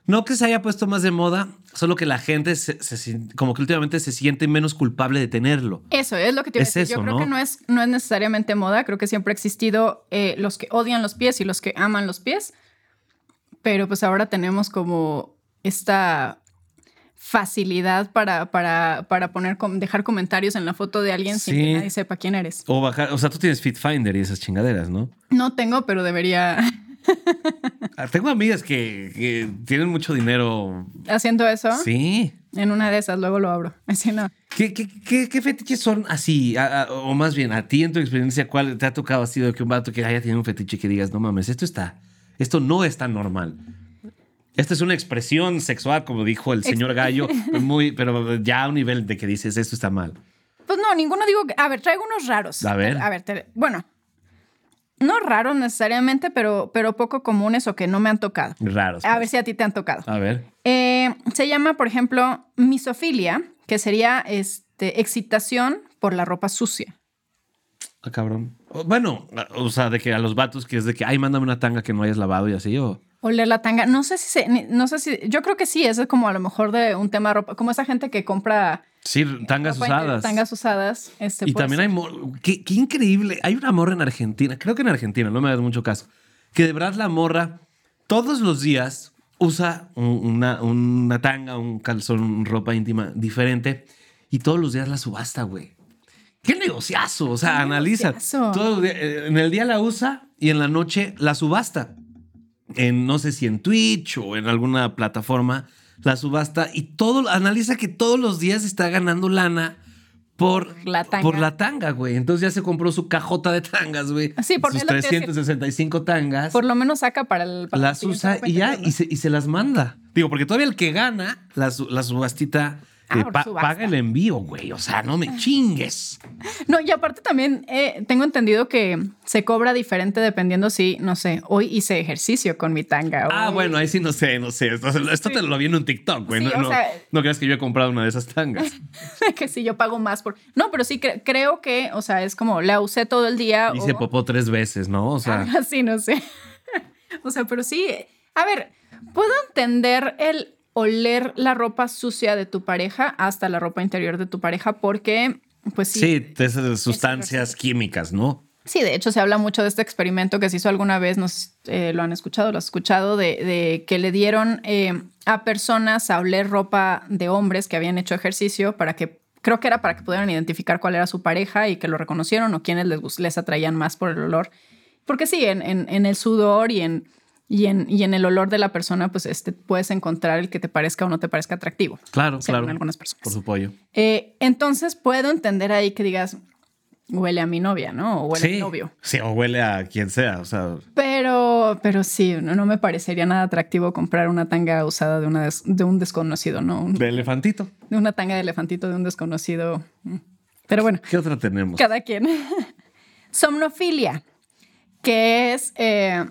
Speaker 2: no que se haya puesto más de moda, solo que la gente se- se sien- como que últimamente se siente menos culpable de tenerlo.
Speaker 1: Eso es lo que te iba a
Speaker 2: Es
Speaker 1: decir.
Speaker 2: eso,
Speaker 1: Yo creo
Speaker 2: ¿no?
Speaker 1: que no es, no es necesariamente moda. Creo que siempre ha existido eh, los que odian los pies y los que aman los pies. Pero pues ahora tenemos como esta facilidad para, para, para poner com- dejar comentarios en la foto de alguien sin
Speaker 2: Sí.
Speaker 1: que nadie sepa quién eres.
Speaker 2: O bajar, o sea, tú tienes Fit Finder y esas chingaderas, ¿no?
Speaker 1: No tengo, pero debería
Speaker 2: Ah, Tengo amigas que, que tienen mucho dinero.
Speaker 1: haciendo eso.
Speaker 2: Sí.
Speaker 1: En una de esas, luego lo abro. Así no.
Speaker 2: ¿Qué, qué, qué- qué fetiches son así? A- a- o más bien, a ti en tu experiencia, ¿cuál te ha tocado así de que un vato que haya tenido un fetiche que digas, no mames, esto está, esto no está normal? Esta es una expresión sexual, como dijo el señor Gallo, pues muy, pero ya a un nivel de que dices, esto está mal.
Speaker 1: Pues no, ninguno digo. que- A ver, traigo unos raros.
Speaker 2: A ver.
Speaker 1: A ver, te- bueno. No raros necesariamente, pero, pero poco comunes o que no me han tocado.
Speaker 2: Raros.
Speaker 1: A ver
Speaker 2: pues.
Speaker 1: si a ti te han tocado.
Speaker 2: A ver.
Speaker 1: Eh, se llama, por ejemplo, misofilia, que sería este, excitación por la ropa sucia.
Speaker 2: Ah, cabrón. O- Bueno, o sea, de que a los vatos que es de que, ay, mándame una tanga que no hayas lavado y así, o...
Speaker 1: Oler la tanga. No sé si se- ni- no sé si. Yo creo que sí, es como a lo mejor de un tema de ropa. Como esa gente que compra
Speaker 2: Sí, tangas
Speaker 1: ropa interior,
Speaker 2: usadas.
Speaker 1: Tangas usadas. Este,
Speaker 2: Y
Speaker 1: pues,
Speaker 2: también hay mor- qué, qué increíble. Hay una morra en Argentina, creo que en Argentina, no me das mucho caso, que de verdad la morra todos los días usa un- una, una tanga, un calzón, ropa íntima diferente y todos los días la subasta, güey. Qué negociazo. O sea, analiza.
Speaker 1: negociazo.
Speaker 2: Todos los días- eh, en el día la usa y en la noche la subasta. En no sé si en Twitch o en alguna plataforma la subasta y todo analiza que todos los días está ganando lana por
Speaker 1: Por la tanga.
Speaker 2: por la tanga, güey. Entonces ya se compró su cajota de tangas, güey.
Speaker 1: Sí, porque
Speaker 2: sus
Speaker 1: es lo que te iba a decir.
Speaker 2: 365 tangas.
Speaker 1: Por lo menos saca para el. para
Speaker 2: las
Speaker 1: el siguiente
Speaker 2: usa y
Speaker 1: encuentro,
Speaker 2: ya
Speaker 1: ¿no?
Speaker 2: y se, y se las manda. Digo, porque todavía el que gana la, su- la subastita
Speaker 1: Ah,
Speaker 2: eh,
Speaker 1: por
Speaker 2: pa-
Speaker 1: subasta. Ah.
Speaker 2: paga el envío, güey. O sea, no me chingues.
Speaker 1: No, y aparte también eh, tengo entendido que se cobra diferente dependiendo si, no sé, hoy hice ejercicio con mi tanga.
Speaker 2: Ah,
Speaker 1: hoy-
Speaker 2: bueno, ahí sí no sé, no sé. Esto, esto te lo vi en un TikTok, güey.
Speaker 1: Sí,
Speaker 2: no,
Speaker 1: o
Speaker 2: no-
Speaker 1: sea-
Speaker 2: no creas que yo he comprado una de esas tangas.
Speaker 1: que si yo pago más por. No, pero sí cre- creo que, o sea, es como la usé todo el día.
Speaker 2: Hice
Speaker 1: o...
Speaker 2: popó tres veces, ¿no? O sea,
Speaker 1: Algo así, no sé. o sea, pero sí. A ver, puedo entender el oler la ropa sucia de tu pareja hasta la ropa interior de tu pareja, porque, pues sí.
Speaker 2: sí, de esas sustancias químicas, ¿no?
Speaker 1: Sí, de hecho se habla mucho de este experimento que se hizo alguna vez, no sé si, eh, lo han escuchado, lo has escuchado, de, de que le dieron eh, a personas a oler ropa de hombres que habían hecho ejercicio para que, creo que era para que pudieran identificar cuál era su pareja y que lo reconocieron o quiénes les, gust- les atraían más por el olor. Porque sí, en, en- en el sudor y en, y, en, y en el olor de la persona, pues este, puedes encontrar el que te parezca o no te parezca atractivo.
Speaker 2: Claro,
Speaker 1: según
Speaker 2: claro.
Speaker 1: algunas personas.
Speaker 2: Por su pollo.
Speaker 1: Eh, entonces puedo entender ahí que digas, huele a mi novia, ¿no? O huele a mi
Speaker 2: sí,
Speaker 1: novio.
Speaker 2: sí, o huele a quien sea. O sea,
Speaker 1: Pero, pero sí, no, no me parecería nada atractivo comprar una tanga usada de, una des- de un desconocido, ¿no? Un-
Speaker 2: de elefantito.
Speaker 1: De una tanga de elefantito de un desconocido. Mm. Pero bueno,
Speaker 2: ¿Qué otra tenemos?
Speaker 1: cada quien. Somnofilia, que es eh,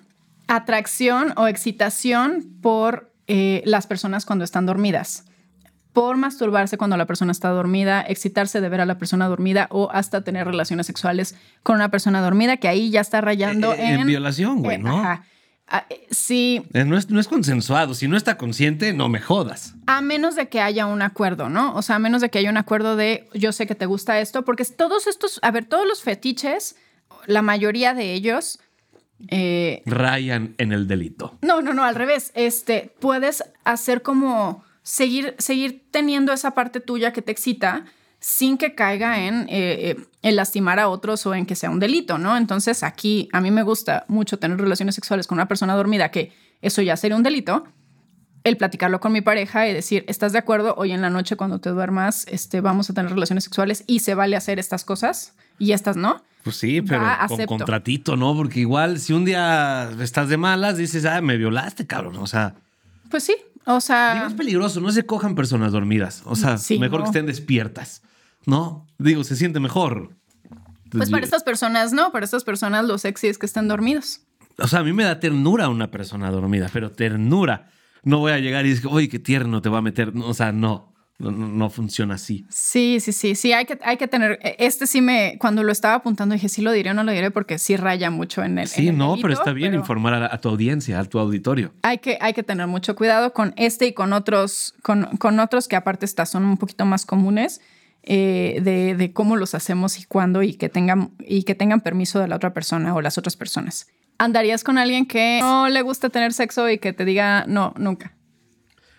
Speaker 1: atracción o excitación por eh, las personas cuando están dormidas. Por masturbarse cuando la persona está dormida, excitarse de ver a la persona dormida o hasta tener relaciones sexuales con una persona dormida, que ahí ya está rayando
Speaker 2: Eh, eh, en
Speaker 1: en.
Speaker 2: violación, güey,
Speaker 1: eh,
Speaker 2: ¿no?
Speaker 1: ajá. Ah, eh, Sí,
Speaker 2: Eh, No es, no es consensuado. Si no está consciente, no me jodas.
Speaker 1: A menos de que haya un acuerdo, ¿no? O sea, a menos de que haya un acuerdo de yo sé que te gusta esto, porque todos estos, a ver, todos los fetiches, la mayoría de ellos, eh,
Speaker 2: Ryan en el delito.
Speaker 1: no, no, no, al revés, este, puedes hacer como seguir, seguir teniendo esa parte tuya que te excita sin que caiga en, eh, eh, en lastimar a otros o en que sea un delito, ¿no? Entonces aquí a mí me gusta mucho tener relaciones sexuales con una persona dormida, que eso ya sería un delito, el platicarlo con mi pareja y decir, ¿estás de acuerdo? Hoy en la noche cuando te duermas, este, vamos a tener relaciones sexuales y se vale hacer estas cosas y estas no.
Speaker 2: Pues sí, pero
Speaker 1: Va,
Speaker 2: con
Speaker 1: acepto.
Speaker 2: contratito, ¿no? Porque igual si un día estás de malas, dices, ah, me violaste, cabrón. O sea,
Speaker 1: Pues sí, o
Speaker 2: digo,
Speaker 1: sea...
Speaker 2: es peligroso. No se cojan personas dormidas. O sea,
Speaker 1: Sí,
Speaker 2: mejor
Speaker 1: no.
Speaker 2: que estén despiertas, ¿no? Digo, se siente mejor.
Speaker 1: Pues para estas personas no, para estas personas lo sexy es que estén dormidos.
Speaker 2: O sea, a mí me da ternura una persona dormida, pero ternura. No voy a llegar y decir, oye, qué tierno te va a meter. No, O sea, no, no, no- no funciona así.
Speaker 1: Sí, sí, sí, sí, hay que, hay que tener, eh, este sí me, cuando lo estaba apuntando dije, sí lo diré o no lo diré porque sí raya mucho en el. en
Speaker 2: Sí,
Speaker 1: el
Speaker 2: no,
Speaker 1: delito,
Speaker 2: pero está bien informar a, a tu audiencia, a tu auditorio.
Speaker 1: Hay que, hay que tener mucho cuidado con este y con otros, con, con otros que aparte estas son un poquito más comunes eh, de, de cómo los hacemos y cuándo y que tengan, y que tengan permiso de la otra persona o las otras personas. ¿Andarías con alguien que no le gusta tener sexo y que te diga no, nunca?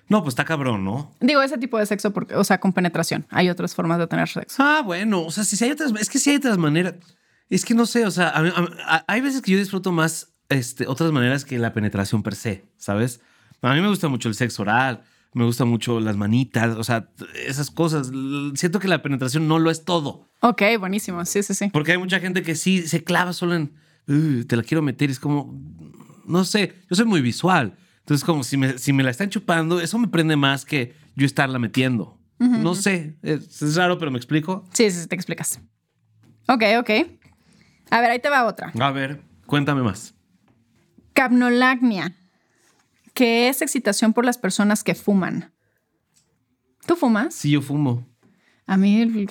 Speaker 2: No, pues está cabrón, ¿no?
Speaker 1: Digo, ese tipo de sexo, porque, o sea, con penetración. Hay otras formas de tener sexo.
Speaker 2: Ah, bueno, o sea, si hay otras, es que si hay otras maneras, es que no sé, o sea, a mí- a- a- hay veces que yo disfruto más este, otras maneras que la penetración per se, ¿sabes? A mí me gusta mucho el sexo oral, me gusta mucho las manitas, o sea, t- esas cosas. L- Siento que la penetración no lo es todo,
Speaker 1: Ok, buenísimo. Sí, sí, sí.
Speaker 2: porque hay mucha gente que sí se clava solo en, "Uy, te la quiero meter, es como, no sé, yo soy muy visual, entonces como si me, si me la están chupando, eso me prende más que yo estarla metiendo. No sé, es, es raro, pero me explico.
Speaker 1: Sí, sí, sí, te explicas. Ok, ok. A ver, ahí te va otra.
Speaker 2: A ver, cuéntame más.
Speaker 1: Capnolacnia, que es excitación por las personas que fuman. ¿Tú fumas?
Speaker 2: Sí, yo fumo.
Speaker 1: A mí,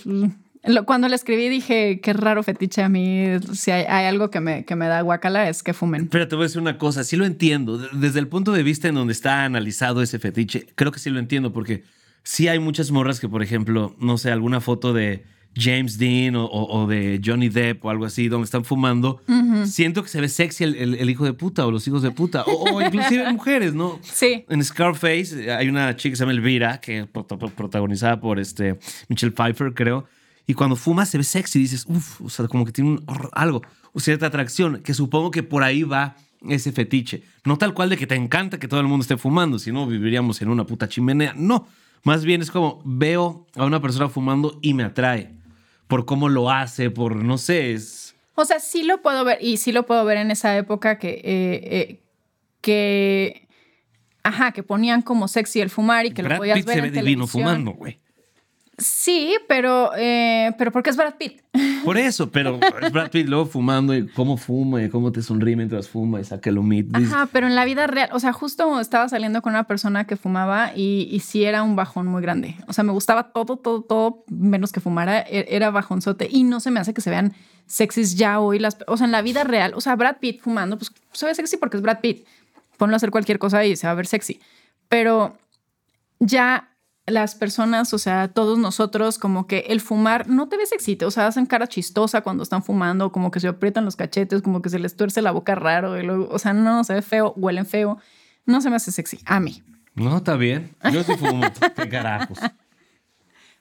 Speaker 1: lo- cuando la escribí dije, qué raro fetiche a mí. Si hay, hay algo que me, que me da guacala es que fumen.
Speaker 2: Pero te voy a decir una cosa, sí lo entiendo. De- Desde el punto de vista en donde está analizado ese fetiche, creo que sí lo entiendo porque sí hay muchas morras que, por ejemplo, no sé, alguna foto de James Dean o, o- o de Johnny Depp o algo así, donde están fumando, siento que se ve sexy el, el- el hijo de puta o los hijos de puta, o, o inclusive mujeres, ¿no?
Speaker 1: Sí.
Speaker 2: En Scarface eh, hay una chica que se llama Elvira, que es prota- pro- protagonizada por este Michelle Pfeiffer, creo. Y cuando fuma se ve sexy, dices, uff, o sea, como que tiene un or- algo, o cierta atracción, que supongo que por ahí va ese fetiche. No tal cual de que te encanta que todo el mundo esté fumando, si no viviríamos en una puta chimenea. No, más bien es como veo a una persona fumando y me atrae por cómo lo hace, por no sé, es...
Speaker 1: O sea, sí lo puedo ver y sí lo puedo ver en esa época que, eh, eh, que, ajá, que ponían como sexy el fumar y que lo
Speaker 2: Brad
Speaker 1: podías
Speaker 2: Pitt
Speaker 1: ver
Speaker 2: se
Speaker 1: en
Speaker 2: ve divino
Speaker 1: televisión.
Speaker 2: fumando, güey.
Speaker 1: Sí, pero, eh, pero porque es Brad Pitt.
Speaker 2: Por eso, pero es Brad Pitt luego fumando y cómo fuma y cómo te sonríe mientras fuma y saca el humito.
Speaker 1: Ajá, pero en la vida real, o sea, justo estaba saliendo con una persona que fumaba y, y sí era un bajón muy grande. O sea, me gustaba todo, todo, todo, menos que fumara, e- era bajonzote y no se me hace que se vean sexys ya hoy. Las, o sea, en la vida real, o sea, Brad Pitt fumando, pues se ve sexy porque es Brad Pitt. Ponlo a hacer cualquier cosa y se va a ver sexy. Pero ya las personas, o sea, todos nosotros, como que el fumar no te ves sexy, o sea, hacen cara chistosa cuando están fumando, como que se aprietan los cachetes, como que se les tuerce la boca raro, y luego, o sea, no, se ve feo, huelen feo, no se me hace sexy, a mí.
Speaker 2: No, está bien. Yo sí fumo. ¿Qué carajos?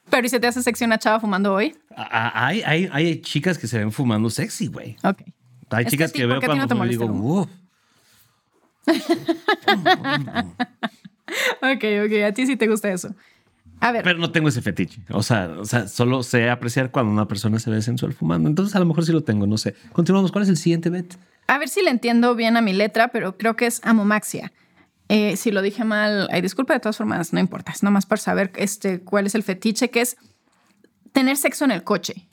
Speaker 1: Pero ¿y se te hace sexy una chava fumando hoy?
Speaker 2: A- a- Hay, hay, hay chicas que se ven fumando sexy, güey.
Speaker 1: Ok. Es
Speaker 2: Hay
Speaker 1: que
Speaker 2: chicas
Speaker 1: a ti,
Speaker 2: que
Speaker 1: ¿por
Speaker 2: veo
Speaker 1: qué a ti no
Speaker 2: cuando
Speaker 1: te
Speaker 2: fumo y
Speaker 1: molesta el
Speaker 2: digo, uff.
Speaker 1: Ok, ok, a ti sí te gusta eso. A ver.
Speaker 2: Pero no tengo ese fetiche. O sea, o sea, solo sé apreciar cuando una persona se ve sensual fumando. Entonces, a lo mejor sí lo tengo, no sé. Continuamos. ¿Cuál es el siguiente bet?
Speaker 1: A ver si le entiendo bien a mi letra, pero creo que es amomaxia. Eh, si lo dije mal, ay, disculpa, de todas formas, no importa. Es nomás para saber este, cuál es el fetiche, que es tener sexo en el coche.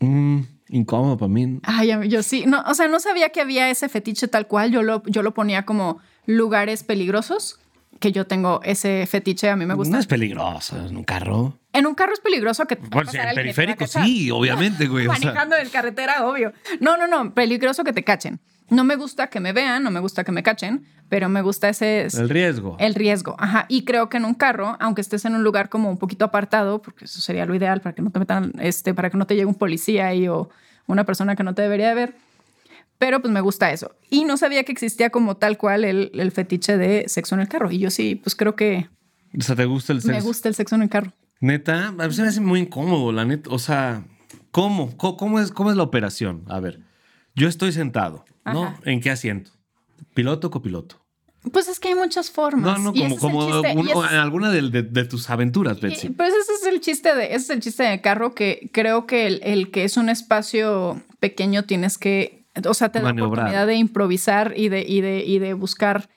Speaker 2: Mm, incómodo para mí.
Speaker 1: Ay, a mí- yo sí. No, o sea, no sabía que había ese fetiche tal cual. Yo lo, yo lo ponía como lugares peligrosos, que yo tengo ese fetiche, a mí me gusta.
Speaker 2: No es peligroso en un carro.
Speaker 1: En un carro es peligroso que... te va a
Speaker 2: Bueno,
Speaker 1: pasar
Speaker 2: en el
Speaker 1: alguien y te va a
Speaker 2: periférico
Speaker 1: cachar.
Speaker 2: sí, obviamente, güey. o sea.
Speaker 1: manejando en carretera, obvio. No, no, no, peligroso que te cachen. No me gusta que me vean, no me gusta que me cachen, pero me gusta ese
Speaker 2: El riesgo.
Speaker 1: el riesgo. Ajá, y creo que en un carro, aunque estés en un lugar como un poquito apartado, porque eso sería lo ideal para que no te metan este para que no te llegue un policía ahí o una persona que no te debería de ver. Pero pues me gusta eso. Y no sabía que existía como tal cual el, el fetiche de sexo en el carro. Y yo sí, pues creo que
Speaker 2: O sea, ¿te gusta el sexo?
Speaker 1: me gusta el sexo en el carro.
Speaker 2: Neta, a mí se me hace muy incómodo, la neta. O sea, ¿cómo? ¿Cómo, cómo es, cómo es la operación? A ver, yo estoy sentado, ¿no?
Speaker 1: Ajá.
Speaker 2: ¿En qué asiento? ¿Piloto o copiloto?
Speaker 1: Pues es que hay muchas
Speaker 2: No,
Speaker 1: formas.
Speaker 2: no,
Speaker 1: Y
Speaker 2: como,
Speaker 1: ese es el
Speaker 2: como
Speaker 1: chiste, y
Speaker 2: algún-
Speaker 1: ese es-
Speaker 2: en alguna del- de, de tus aventuras,
Speaker 1: Y,
Speaker 2: Betsy.
Speaker 1: pues ese es el chiste de, ese es el chiste de carro que creo que el, el que es un espacio pequeño tienes que, o sea, te da la
Speaker 2: Maniobrar.
Speaker 1: oportunidad de improvisar y de, y de, y de buscar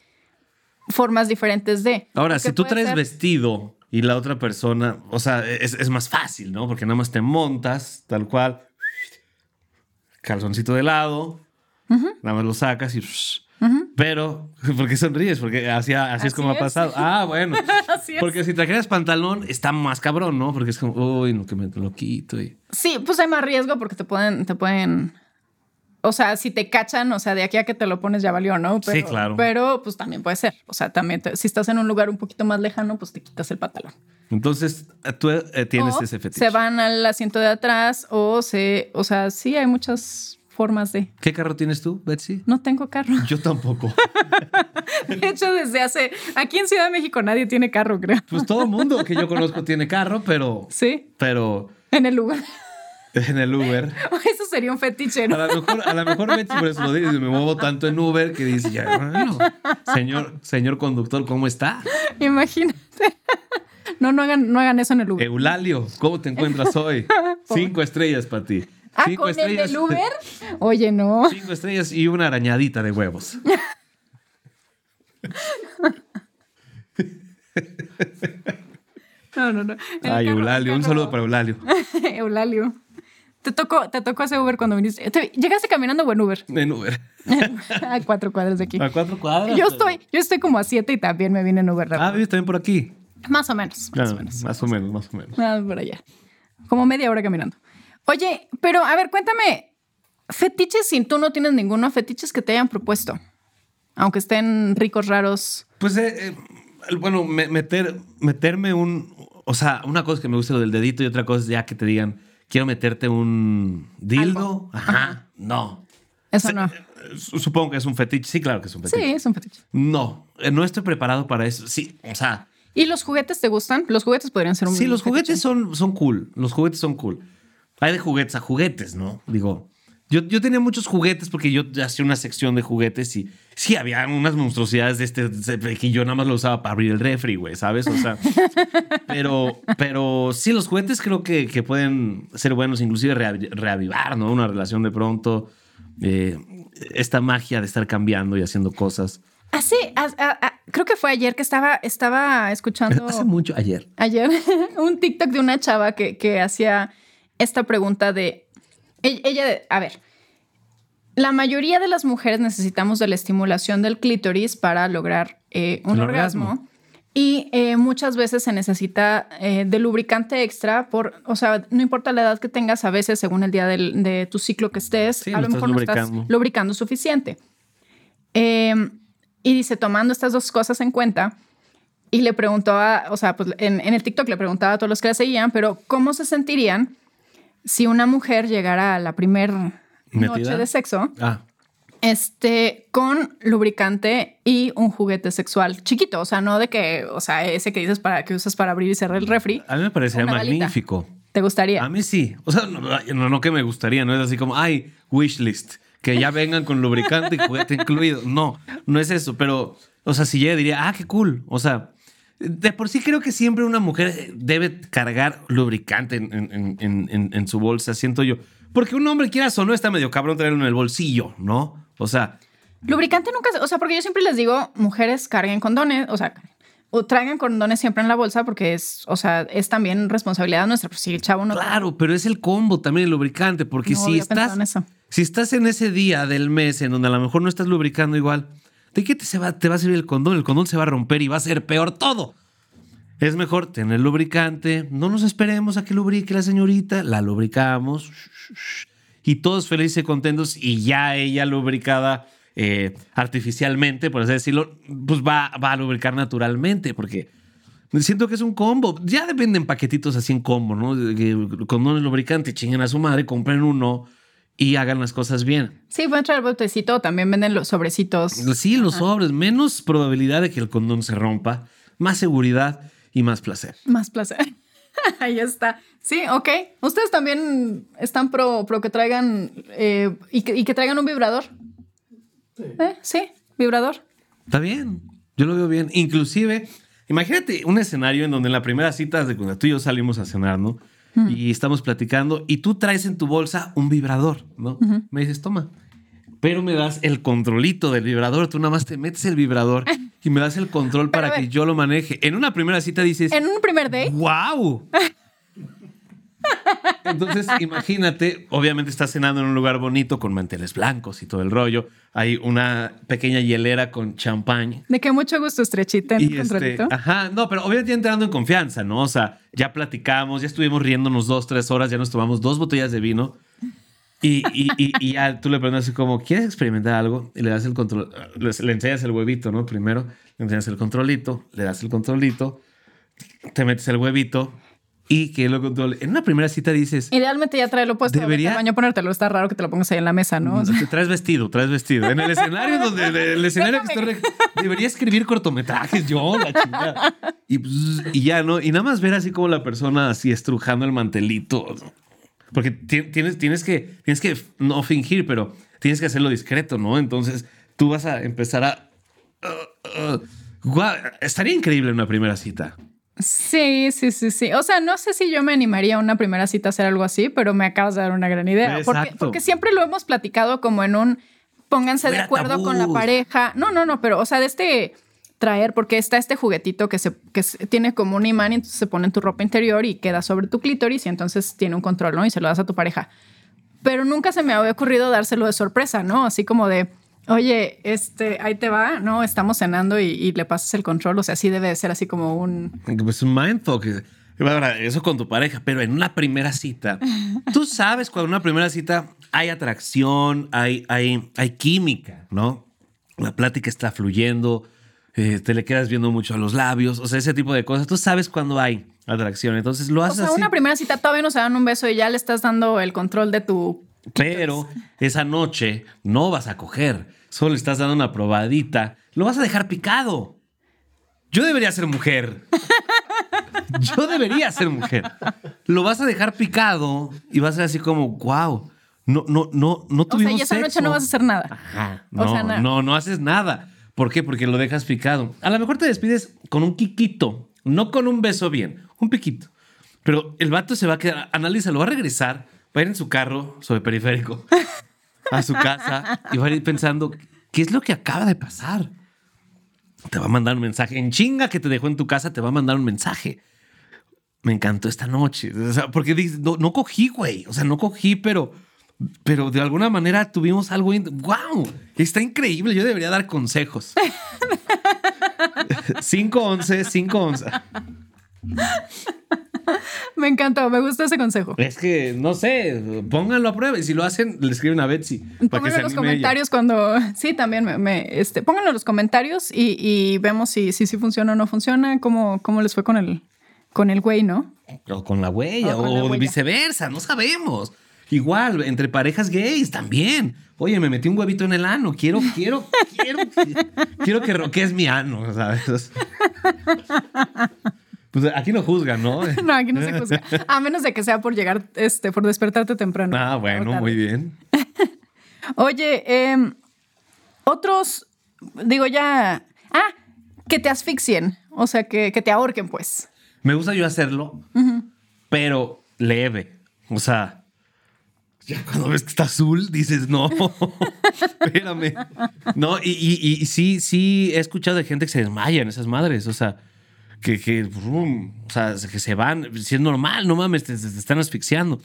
Speaker 1: formas diferentes de.
Speaker 2: Ahora,
Speaker 1: Porque
Speaker 2: si tú
Speaker 1: puede
Speaker 2: traes
Speaker 1: ser-
Speaker 2: vestido y la otra persona, o sea, es, es más fácil, ¿no? Porque nada más te montas, tal cual, calzoncito de lado, nada más lo sacas y... Pero, ¿por qué sonríes? Porque así, así, es
Speaker 1: Así
Speaker 2: como
Speaker 1: es.
Speaker 2: ha pasado. Ah, bueno.
Speaker 1: Así es.
Speaker 2: Porque si trajeras pantalón, está más cabrón, ¿no? Porque es como, uy, no, que me lo quito. Y...
Speaker 1: Sí, pues hay más riesgo porque te pueden, te pueden. O sea, si te cachan, o sea, de aquí a que te lo pones ya valió, ¿no?
Speaker 2: Sí, claro.
Speaker 1: Pero pues también puede ser. O sea, también te- si estás en un lugar un poquito más lejano, pues te quitas el pantalón.
Speaker 2: Entonces, tú eh, tienes
Speaker 1: O
Speaker 2: ese fetiche.
Speaker 1: Se van al asiento de atrás o se, o sea, sí hay muchas formas de.
Speaker 2: ¿Qué carro tienes tú, Betsy?
Speaker 1: No tengo carro.
Speaker 2: Yo tampoco.
Speaker 1: De hecho, desde hace aquí en Ciudad de México nadie tiene carro, creo.
Speaker 2: Pues todo mundo que yo conozco tiene carro, pero...
Speaker 1: Sí,
Speaker 2: Pero
Speaker 1: en el lugar.
Speaker 2: en el Uber.
Speaker 1: Eso sería un fetiche,
Speaker 2: A
Speaker 1: ¿no?
Speaker 2: lo mejor, a lo mejor Betsy por eso lo dice, me muevo tanto en Uber que dice, ya, bueno, señor, señor conductor, ¿cómo está?
Speaker 1: Imagínate. No, no hagan, no hagan eso en el
Speaker 2: Eh,
Speaker 1: Uber.
Speaker 2: Eulalio, ¿cómo te encuentras hoy? Cinco estrellas para ti.
Speaker 1: Ah,
Speaker 2: Cinco
Speaker 1: con el del Uber. Oye, no.
Speaker 2: Cinco estrellas y una arañadita de huevos.
Speaker 1: No, no, no. En el
Speaker 2: Ay,
Speaker 1: carro,
Speaker 2: Eulalio,
Speaker 1: en
Speaker 2: un
Speaker 1: el
Speaker 2: saludo
Speaker 1: carro.
Speaker 2: para Eulalio.
Speaker 1: Eulalio. Te tocó, te tocó ese Uber cuando viniste. Te- llegaste caminando o en Uber.
Speaker 2: En Uber.
Speaker 1: a cuatro cuadras de aquí.
Speaker 2: A cuatro cuadras.
Speaker 1: Yo
Speaker 2: pero-
Speaker 1: estoy, yo estoy como a siete y también me vine en Uber. rápido.
Speaker 2: Ah, vives también por aquí.
Speaker 1: Más o menos, más o
Speaker 2: Ah,
Speaker 1: menos.
Speaker 2: Más o menos, más o menos.
Speaker 1: Nada, por allá. Como media hora caminando. Oye, pero a ver, cuéntame, fetiches sin tú no tienes ninguno, fetiches que te hayan propuesto, aunque estén ricos, raros.
Speaker 2: Pues, eh, eh, el- bueno, me- meter, meterme un. O sea, una cosa que me gusta lo del dedito y otra cosa es ya que te digan, quiero meterte un dildo.
Speaker 1: Algo.
Speaker 2: Ajá. No.
Speaker 1: Eso no.
Speaker 2: Eh, su- Supongo que es un fetiche. Sí, claro que es un
Speaker 1: Sí,
Speaker 2: fetiche.
Speaker 1: es un fetiche.
Speaker 2: No, eh, no estoy preparado para eso. Sí, o sea,
Speaker 1: ¿Y los juguetes te gustan? Los juguetes podrían ser un
Speaker 2: sí, los
Speaker 1: fetiche.
Speaker 2: juguetes son, son cool. Los juguetes son cool. Hay de juguetes a juguetes, ¿no? Digo, yo, yo tenía muchos juguetes porque yo hacía una sección de juguetes y sí, había unas monstruosidades de este de que yo nada más lo usaba para abrir el refri, güey, ¿sabes? O sea, pero, pero sí, los juguetes creo que, que pueden ser buenos, inclusive reavi- reavivar, ¿no? Una relación de pronto. eh, esta magia de estar cambiando y haciendo cosas.
Speaker 1: Ah, sí, ah, ah, ah, creo que fue ayer que estaba, estaba escuchando.
Speaker 2: Hace mucho, ayer.
Speaker 1: ayer un TikTok de una chava que, que hacía esta pregunta de, e- ella, a ver, la mayoría de las mujeres necesitamos de la estimulación del clítoris para lograr eh, un
Speaker 2: El
Speaker 1: orgasmo.
Speaker 2: orgasmo.
Speaker 1: Y eh, muchas veces se necesita eh, de lubricante extra por, o sea, no importa la edad que tengas, a veces según el día del- de tu ciclo que estés,
Speaker 2: Sí,
Speaker 1: a
Speaker 2: no
Speaker 1: lo
Speaker 2: estás
Speaker 1: mejor no estás
Speaker 2: lubricando.
Speaker 1: lubricando suficiente. Eh, y dice, tomando estas dos cosas en cuenta, y le preguntó a, o sea, pues en, en el TikTok le preguntaba a todos los que la seguían, pero ¿cómo se sentirían si una mujer llegara a la primera
Speaker 2: ¿Metida?
Speaker 1: noche de sexo
Speaker 2: Ah,
Speaker 1: este, con lubricante y un juguete sexual chiquito? O sea, no de que, o sea, ese que dices para que usas para abrir y cerrar el refri.
Speaker 2: a mí me parecería
Speaker 1: Una balita.
Speaker 2: magnífico.
Speaker 1: ¿Te gustaría?
Speaker 2: A mí sí. O sea, no, no, no que me gustaría, no es así como, ay, wishlist, que ya vengan con lubricante y juguete incluido. No, no es eso, pero, o sea, si llega diría, ah, qué cool. O sea, De por sí creo que siempre una mujer debe cargar lubricante en, en- en- en- en su bolsa, siento yo. Porque un hombre, quieras o no, está medio cabrón traerlo en el bolsillo, ¿no? O sea,
Speaker 1: Lubricante nunca, se- o sea, porque yo siempre les digo, mujeres carguen condones, o sea, o traigan condones siempre en la bolsa porque es, o sea, es también responsabilidad nuestra. Pues si el chavo no,
Speaker 2: claro, pero es el combo también el lubricante, porque
Speaker 1: no
Speaker 2: si
Speaker 1: había pensado
Speaker 2: estás,
Speaker 1: en eso.
Speaker 2: si estás en ese día del mes en donde a lo mejor no estás lubricando igual, ¿de qué te, se va, te va a servir el condón? El condón se va a romper y va a ser peor todo. Es mejor tener lubricante, no nos esperemos a que lubrique la señorita, la lubricamos y todos felices y contentos y ya ella lubricada eh, artificialmente, por así decirlo, pues va, va a lubricar naturalmente porque siento que es un combo. Ya dependen paquetitos así en combo, ¿no? De que Condones lubricantes, chinguen a su madre, compren uno y hagan las cosas bien.
Speaker 1: Sí, pueden traer botecito, también venden los sobrecitos.
Speaker 2: Sí, los sobres, menos probabilidad de que el condón se rompa, más seguridad y más placer.
Speaker 1: Más placer. Ahí está. Sí, ok. Ustedes también están pro, pro que traigan eh, y, que, y que traigan un vibrador. ¿Eh? Sí, vibrador.
Speaker 2: Está bien, yo lo veo bien. Inclusive, imagínate un escenario en donde en la primera cita de cuando tú y yo salimos a cenar, ¿no? Y estamos platicando y tú traes en tu bolsa un vibrador, ¿no? Me dices, toma. Pero me das el controlito del vibrador. Tú nada más te metes el vibrador y me das el control
Speaker 1: Pero a
Speaker 2: para que
Speaker 1: ver.
Speaker 2: yo lo maneje. En una primera cita dices,
Speaker 1: En un primer date.
Speaker 2: ¡Wow! Entonces, imagínate, obviamente estás cenando en un lugar bonito con manteles blancos y todo el rollo. Hay una pequeña hielera con champán.
Speaker 1: De que mucho gusto estrechita en
Speaker 2: Y
Speaker 1: un
Speaker 2: este,
Speaker 1: contratito.
Speaker 2: ajá, no, pero obviamente ya entrando en confianza, ¿no? O sea, ya platicamos, ya estuvimos riéndonos dos, tres horas, ya nos tomamos dos botellas de vino. Y, y, y- y ya tú le preguntas así como, ¿quieres experimentar algo? Y le das el control, le, le enseñas el huevito, ¿no? Primero, le enseñas el controlito, le das el controlito, te metes el huevito y que lo controle. En una primera cita dices,
Speaker 1: Idealmente ya tráelo puesto.
Speaker 2: Debería-
Speaker 1: Debería. Al baño a ponértelo. Está raro que te lo pongas ahí en la mesa, ¿no? O sea,
Speaker 2: Mm, te traes vestido, traes vestido. En el escenario donde el, el escenario que estoy re- debería escribir cortometrajes yo, la chingada. Y, pues, y ya, ¿no? Y nada más ver así como la persona así estrujando el mantelito. ¿no? Porque ti- tienes, tienes que, tienes que no fingir, pero tienes que hacerlo discreto, ¿no? Entonces tú vas a empezar a. uh, uh, guau, estaría increíble en una primera cita.
Speaker 1: sí, sí, sí, sí. O sea, no sé si yo me animaría a una primera cita a hacer algo así, pero me acabas de dar una gran idea. Porque,
Speaker 2: Exacto.
Speaker 1: porque siempre lo hemos platicado como en un pónganse de
Speaker 2: Fuera
Speaker 1: acuerdo con la
Speaker 2: tabús.
Speaker 1: pareja. No, no, no, pero o sea, de este traer, porque está este juguetito que se que se- tiene como un imán y entonces se pone en tu ropa interior y queda sobre tu clítoris y entonces tiene un control, ¿no? Y se lo das a tu pareja. pero nunca se me había ocurrido dárselo de sorpresa, ¿no? Así como de, oye, este, ahí te va, ¿no? Estamos cenando y, y le pasas el control, o sea, sí debe de ser así como un...
Speaker 2: Pues un mindfuck. Ahora, eso con tu pareja, pero en una primera cita, tú sabes cuando en una primera cita hay atracción, hay, hay, hay química, ¿no? La plática está fluyendo, eh, te le quedas viendo mucho a los labios, o sea, ese tipo de cosas. Tú sabes cuando hay atracción, entonces lo
Speaker 1: O
Speaker 2: haces
Speaker 1: sea,
Speaker 2: así.
Speaker 1: una primera cita todavía no se dan un beso y ya le estás dando el control de tu...
Speaker 2: Pero esa noche no vas a coger, solo le estás dando una probadita, lo vas a dejar picado. Yo debería ser mujer. Yo debería ser mujer. Lo vas a dejar picado y vas a ser así como, wow, no, no, no, no
Speaker 1: O sea,
Speaker 2: tuvimos
Speaker 1: y esa noche
Speaker 2: sexo".
Speaker 1: no vas a hacer nada.
Speaker 2: Ajá.
Speaker 1: O
Speaker 2: No,
Speaker 1: sea, na-
Speaker 2: no, no haces nada. ¿Por qué? Porque lo dejas picado. A lo mejor te despides con un quiquito, no con un beso bien, un piquito. Pero el vato se va a quedar, analízalo, va a regresar, va a ir en su carro sobre periférico a su casa y va a ir pensando, ¿qué es lo que acaba de pasar? Te va a mandar un mensaje. En chinga que te dejó en tu casa, te va a mandar un mensaje. Me encantó esta noche. O sea, porque dices, no, no cogí, güey. O sea, no cogí, pero, pero de alguna manera tuvimos algo. ¡Wow! Está increíble. Yo debería dar consejos. 511, 511.
Speaker 1: Me encantó, me gusta ese consejo.
Speaker 2: Es que no sé, pónganlo a prueba y si lo hacen, le escriben a Betsy. Para que
Speaker 1: Pónganlo
Speaker 2: se
Speaker 1: en los
Speaker 2: anime ella.
Speaker 1: comentarios cuando... Sí, también me... me, este, pónganlo en los comentarios y, y vemos si, si, sí funciona o no funciona, cómo, cómo les fue con el, con el güey, ¿no?
Speaker 2: O con la huella,
Speaker 1: O
Speaker 2: o,
Speaker 1: con la huella.
Speaker 2: viceversa, no sabemos. Igual, entre parejas gays también. Oye, me metí un huevito en el ano. Quiero, quiero, quiero, quiero que roquees mi ano, ¿sabes? Pues aquí no juzgan, ¿no?
Speaker 1: No, aquí no se juzga. A menos de que sea por llegar, este, por despertarte temprano.
Speaker 2: Ah,
Speaker 1: O
Speaker 2: bueno,
Speaker 1: tarde.
Speaker 2: muy bien.
Speaker 1: Oye, em, otros, digo ya. Ah, que te asfixien, o sea, que, que te ahorquen, pues.
Speaker 2: Me gusta yo hacerlo, pero leve. O sea, ya cuando ves que está azul, dices, no, espérame. No, y, y- y- y sí, sí he escuchado de gente que se desmaya en esas madres. O sea, que, que, brum, o sea, que se van. Si es normal, no mames, te, te- te están asfixiando.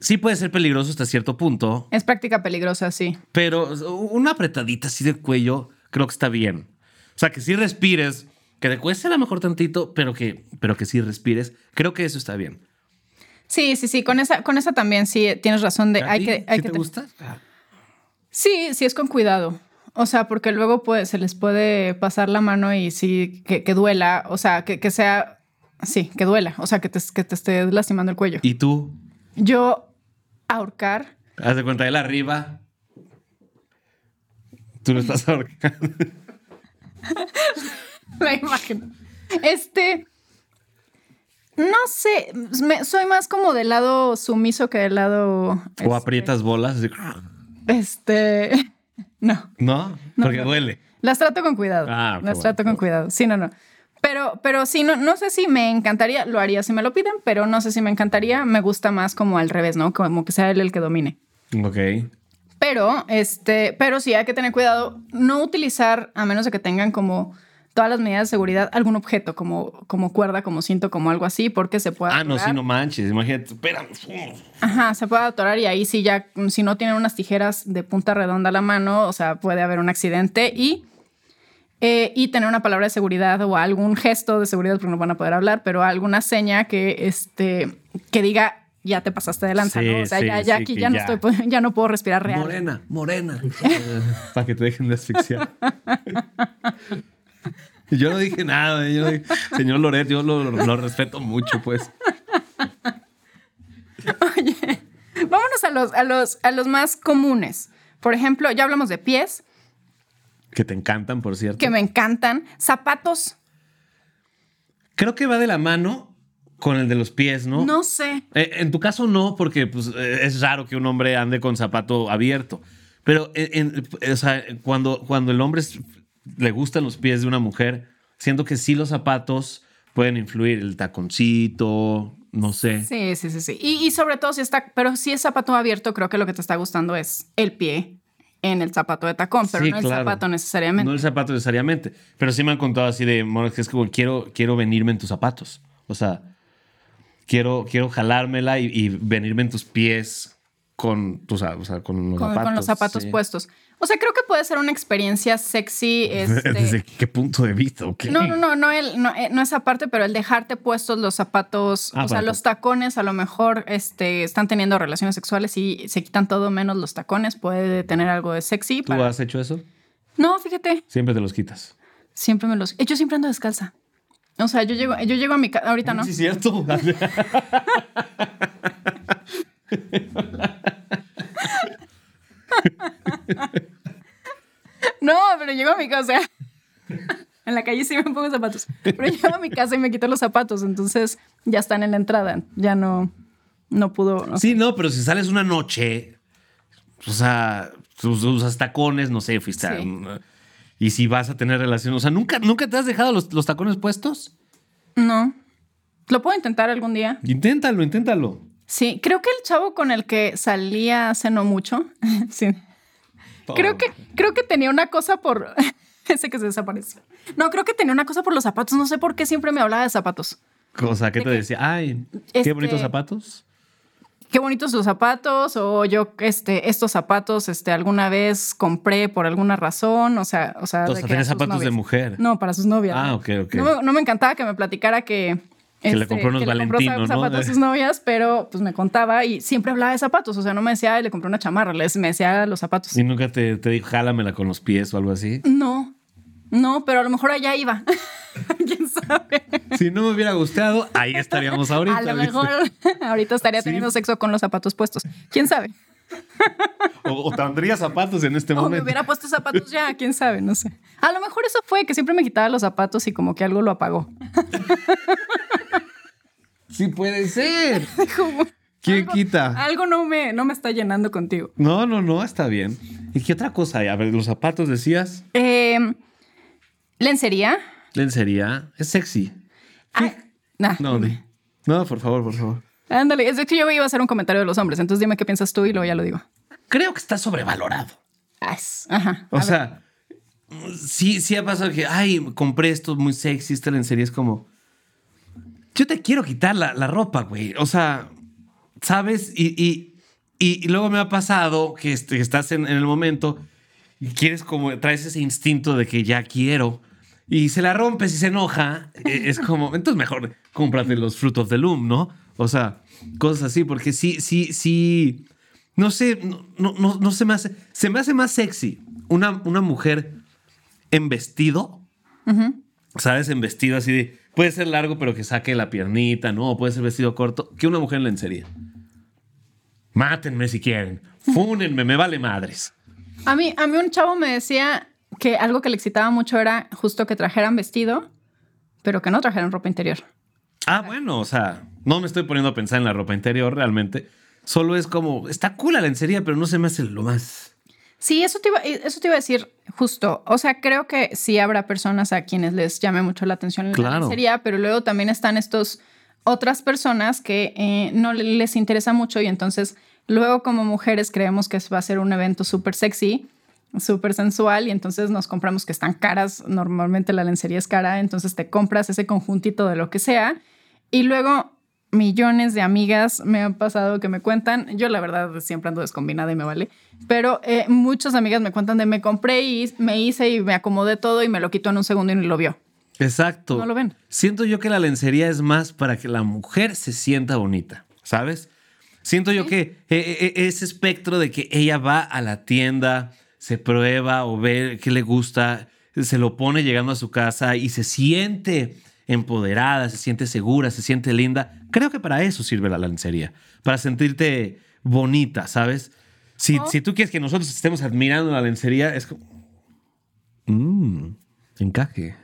Speaker 2: Sí puede ser peligroso hasta cierto punto,
Speaker 1: Es práctica peligrosa, sí.
Speaker 2: pero una apretadita así de cuello creo que está bien. O sea, que sí respires, que te cueste a lo mejor tantito, pero que, pero que sí respires. Creo que eso está bien.
Speaker 1: Sí, sí, sí, con esa, con esa también sí tienes razón de
Speaker 2: ¿A
Speaker 1: hay
Speaker 2: ti?
Speaker 1: que, hay
Speaker 2: ¿Sí
Speaker 1: que
Speaker 2: te
Speaker 1: te-
Speaker 2: gusta?
Speaker 1: Sí, sí es con cuidado. O sea, porque luego pues, se les puede pasar la mano y sí, que, que duela. O sea, que, que sea. Sí, que duela. O sea, que te, que te esté lastimando el cuello.
Speaker 2: ¿Y tú?
Speaker 1: Yo ahorcar.
Speaker 2: Haz de cuenta, él arriba. Tú lo estás ahorcando.
Speaker 1: La imagen. Este. No sé. me- soy más como del lado sumiso que del lado.
Speaker 2: O aprietas bolas. así,
Speaker 1: Este. No.
Speaker 2: ¿No?
Speaker 1: No,
Speaker 2: Porque
Speaker 1: no.
Speaker 2: duele.
Speaker 1: Las trato con cuidado.
Speaker 2: Ah, qué
Speaker 1: Las
Speaker 2: bueno,
Speaker 1: trato
Speaker 2: qué
Speaker 1: con
Speaker 2: bueno.
Speaker 1: cuidado. Sí, no, no. Pero, pero sí, no, no sé si me encantaría, lo haría si me lo piden, pero no sé si me encantaría, me gusta más como al revés, ¿no? Como que sea él el que domine.
Speaker 2: Ok.
Speaker 1: Pero, este, pero sí hay que tener cuidado, no utilizar, a menos de que tengan como todas las medidas de seguridad, algún objeto, como, como cuerda, como cinto, como algo así, porque se puede
Speaker 2: Ah, no,
Speaker 1: atorar.
Speaker 2: sí, no manches. Imagínate. Espérame.
Speaker 1: Ajá, se puede atorar y ahí sí ya, mm, si no tienen unas tijeras de punta redonda a la mano, o sea, puede haber un accidente y, eh, y tener una palabra de seguridad o algún gesto de seguridad, porque no van a poder hablar, pero alguna seña que, este, que diga, ya te pasaste de lanza,
Speaker 2: Sí,
Speaker 1: ¿no? O sea,
Speaker 2: sí,
Speaker 1: ya, ya
Speaker 2: sí,
Speaker 1: aquí
Speaker 2: que
Speaker 1: ya, no
Speaker 2: ya.
Speaker 1: estoy, pu- ya no puedo respirar real.
Speaker 2: Morena, morena. Para que te dejen de asfixiar. Yo no dije nada. eh, yo no dije- señor Loret, yo lo, lo- lo respeto mucho, pues.
Speaker 1: Vámonos a los, a, los, a los más comunes. Por ejemplo, ya hablamos de pies,
Speaker 2: Que te encantan, por cierto.
Speaker 1: que me encantan, zapatos,
Speaker 2: Creo que va de la mano con el de los pies, ¿no?
Speaker 1: no sé.
Speaker 2: Eh, en tu caso no, porque pues, eh, es raro que un hombre ande con zapato abierto. Pero eh, en- en- o sea, cuando, cuando el hombre es- le gustan los pies de una mujer, siento que sí los zapatos pueden influir. El taconcito, no sé.
Speaker 1: Sí, sí, sí, sí. Y, y sobre todo si está, pero si es zapato abierto, creo que lo que te está gustando es el pie en el zapato de tacón, pero
Speaker 2: Sí,
Speaker 1: no el
Speaker 2: claro.
Speaker 1: zapato necesariamente.
Speaker 2: No el zapato necesariamente. Pero sí me han contado así de, "Mora, que es como, quiero, quiero venirme en tus zapatos. O sea, quiero, quiero jalármela y, y venirme en tus pies con, tus, o sea, con los
Speaker 1: con,
Speaker 2: zapatos.
Speaker 1: con los zapatos pues,
Speaker 2: sí.
Speaker 1: puestos. O sea, creo que puede ser una experiencia sexy. este-
Speaker 2: ¿Desde qué punto de vista? o qué?
Speaker 1: No, no, no, no, el, no, eh, no esa parte, pero el dejarte puestos los zapatos,
Speaker 2: Ah,
Speaker 1: o sea,
Speaker 2: bueno.
Speaker 1: los tacones, a lo mejor este, están teniendo relaciones sexuales y se quitan todo menos los tacones, puede tener algo de sexy.
Speaker 2: ¿Tú
Speaker 1: para-
Speaker 2: has hecho eso?
Speaker 1: No, fíjate,
Speaker 2: Siempre te los quitas.
Speaker 1: siempre me los... eh, Yo siempre ando descalza. O sea, yo llego, yo llego a mi casa, ahorita no.
Speaker 2: Sí, es cierto.
Speaker 1: No, pero llego a mi casa. En la calle sí me pongo zapatos. Pero llego a mi casa y me quito los zapatos. Entonces ya están en la entrada. Ya no, no pudo. no sé.
Speaker 2: sí, no, pero si sales una noche, o sea, us- usas tacones, no sé, fuiste a-
Speaker 1: Sí.
Speaker 2: Y si vas a tener relación, o sea, ¿nunca, nunca te has dejado los, los tacones puestos?
Speaker 1: No. Lo puedo intentar algún día.
Speaker 2: Inténtalo, inténtalo.
Speaker 1: Sí, creo que el chavo con el que salía hace no mucho. sí. Creo que, creo que tenía una cosa por. Ese que se desapareció. No, creo que tenía una cosa por los zapatos. No sé por qué siempre me hablaba de zapatos.
Speaker 2: Cosa que te decía, ay,
Speaker 1: Este-
Speaker 2: qué bonitos zapatos.
Speaker 1: qué bonitos los zapatos o yo este estos zapatos este alguna vez compré por alguna razón o sea o sea,
Speaker 2: O
Speaker 1: de que
Speaker 2: sea,
Speaker 1: a
Speaker 2: tenés
Speaker 1: sus
Speaker 2: zapatos de
Speaker 1: novias.
Speaker 2: mujer.
Speaker 1: no para sus novias
Speaker 2: Ah,
Speaker 1: ¿no?
Speaker 2: ok, ok.
Speaker 1: no, me- no me encantaba que me platicara que este,
Speaker 2: Que le compró unos
Speaker 1: que le compró
Speaker 2: Valentino, ¿no?
Speaker 1: zapatos a sus novias pero pues me contaba y siempre hablaba de zapatos o sea no me decía "Ay, le compré una chamarra les me decía los zapatos
Speaker 2: Y nunca te, te dijo, jálamela con los pies o algo así.
Speaker 1: no no pero a lo mejor allá iba quién sabe
Speaker 2: si no me hubiera gustado, ahí estaríamos ahorita.
Speaker 1: a lo
Speaker 2: ¿viste?
Speaker 1: mejor ahorita estaría
Speaker 2: Sí.
Speaker 1: teniendo sexo con los zapatos puestos quién sabe
Speaker 2: O, o tendría zapatos en este
Speaker 1: O me
Speaker 2: momento.
Speaker 1: hubiera puesto zapatos ya, quién sabe, no sé. A lo mejor eso fue, que siempre me quitaba los zapatos y como que algo lo apagó.
Speaker 2: Sí puede ser.
Speaker 1: Como,
Speaker 2: ¿Quién
Speaker 1: algo-
Speaker 2: quita?
Speaker 1: Algo no me, no me está llenando contigo.
Speaker 2: No, no, no, está bien. ¿Y qué otra cosa hay? A ver, los zapatos decías.
Speaker 1: Eh, Em, lencería,
Speaker 2: Lencería. Es sexy.
Speaker 1: Ah, nah.
Speaker 2: No, di. No, por favor, por favor.
Speaker 1: Ándale, es que yo iba a hacer un comentario de los hombres, entonces dime qué piensas tú y luego ya lo digo.
Speaker 2: Creo que está sobrevalorado.
Speaker 1: Ah, es- Ajá.
Speaker 2: O
Speaker 1: a ver.
Speaker 2: sea, sí, sí ha pasado que, ay, compré esto muy sexy, esta lencería es como, yo te quiero quitar la, la ropa, güey. O sea, ¿sabes? Y, y- y- y luego me ha pasado que este- que estás en, en el momento y quieres como, traes ese instinto de que ya quiero. Y se la rompes y se enoja, eh, es como, entonces mejor cómprate los Fruit of the Loom, ¿no? O sea, cosas así, porque sí, sí, sí, no sé, no, no, no- no se me hace. Se me hace más sexy una, una mujer en vestido. ¿Sabes? En vestido así de. Puede ser largo, pero que saque la piernita, ¿no? O puede ser vestido corto. Que una mujer en lencería. Mátenme si quieren. Fúnenme, me vale madres.
Speaker 1: A mí, a mí un chavo me decía que algo que le excitaba mucho era justo que trajeran vestido, pero que no trajeran ropa interior.
Speaker 2: Ah, bueno, o sea, no me estoy poniendo a pensar en la ropa interior realmente. Solo es como. Está cool la lencería, pero no se me hace lo más.
Speaker 1: Sí, eso te iba, eh, eso te iba a decir justo. O sea, creo que sí habrá personas a quienes les llame mucho la atención la
Speaker 2: Claro.
Speaker 1: lencería, pero luego también están estos otras personas que eh, no le- les interesa mucho y entonces luego como mujeres creemos que va a ser un evento súper sexy, súper sensual y entonces nos compramos que están caras, normalmente la lencería es cara, entonces te compras ese conjuntito de lo que sea y luego millones de amigas me han pasado que me cuentan, yo la verdad siempre ando descombinada y me vale, pero eh, muchas amigas me cuentan de me compré y me hice y me acomodé todo y me lo quitó en un segundo y ni lo vio.
Speaker 2: Exacto.
Speaker 1: No lo ven.
Speaker 2: Siento yo que la lencería es más para que la mujer se sienta bonita, ¿sabes? Siento yo que eh, eh, eh, ese espectro de que ella va a la tienda, se prueba o ve qué le gusta, se lo pone llegando a su casa y se siente empoderada, se siente segura, se siente linda. Creo que para eso sirve la lencería, para sentirte bonita, ¿sabes? Si, si tú quieres que nosotros estemos admirando la lencería, es como... "Mm, encaje.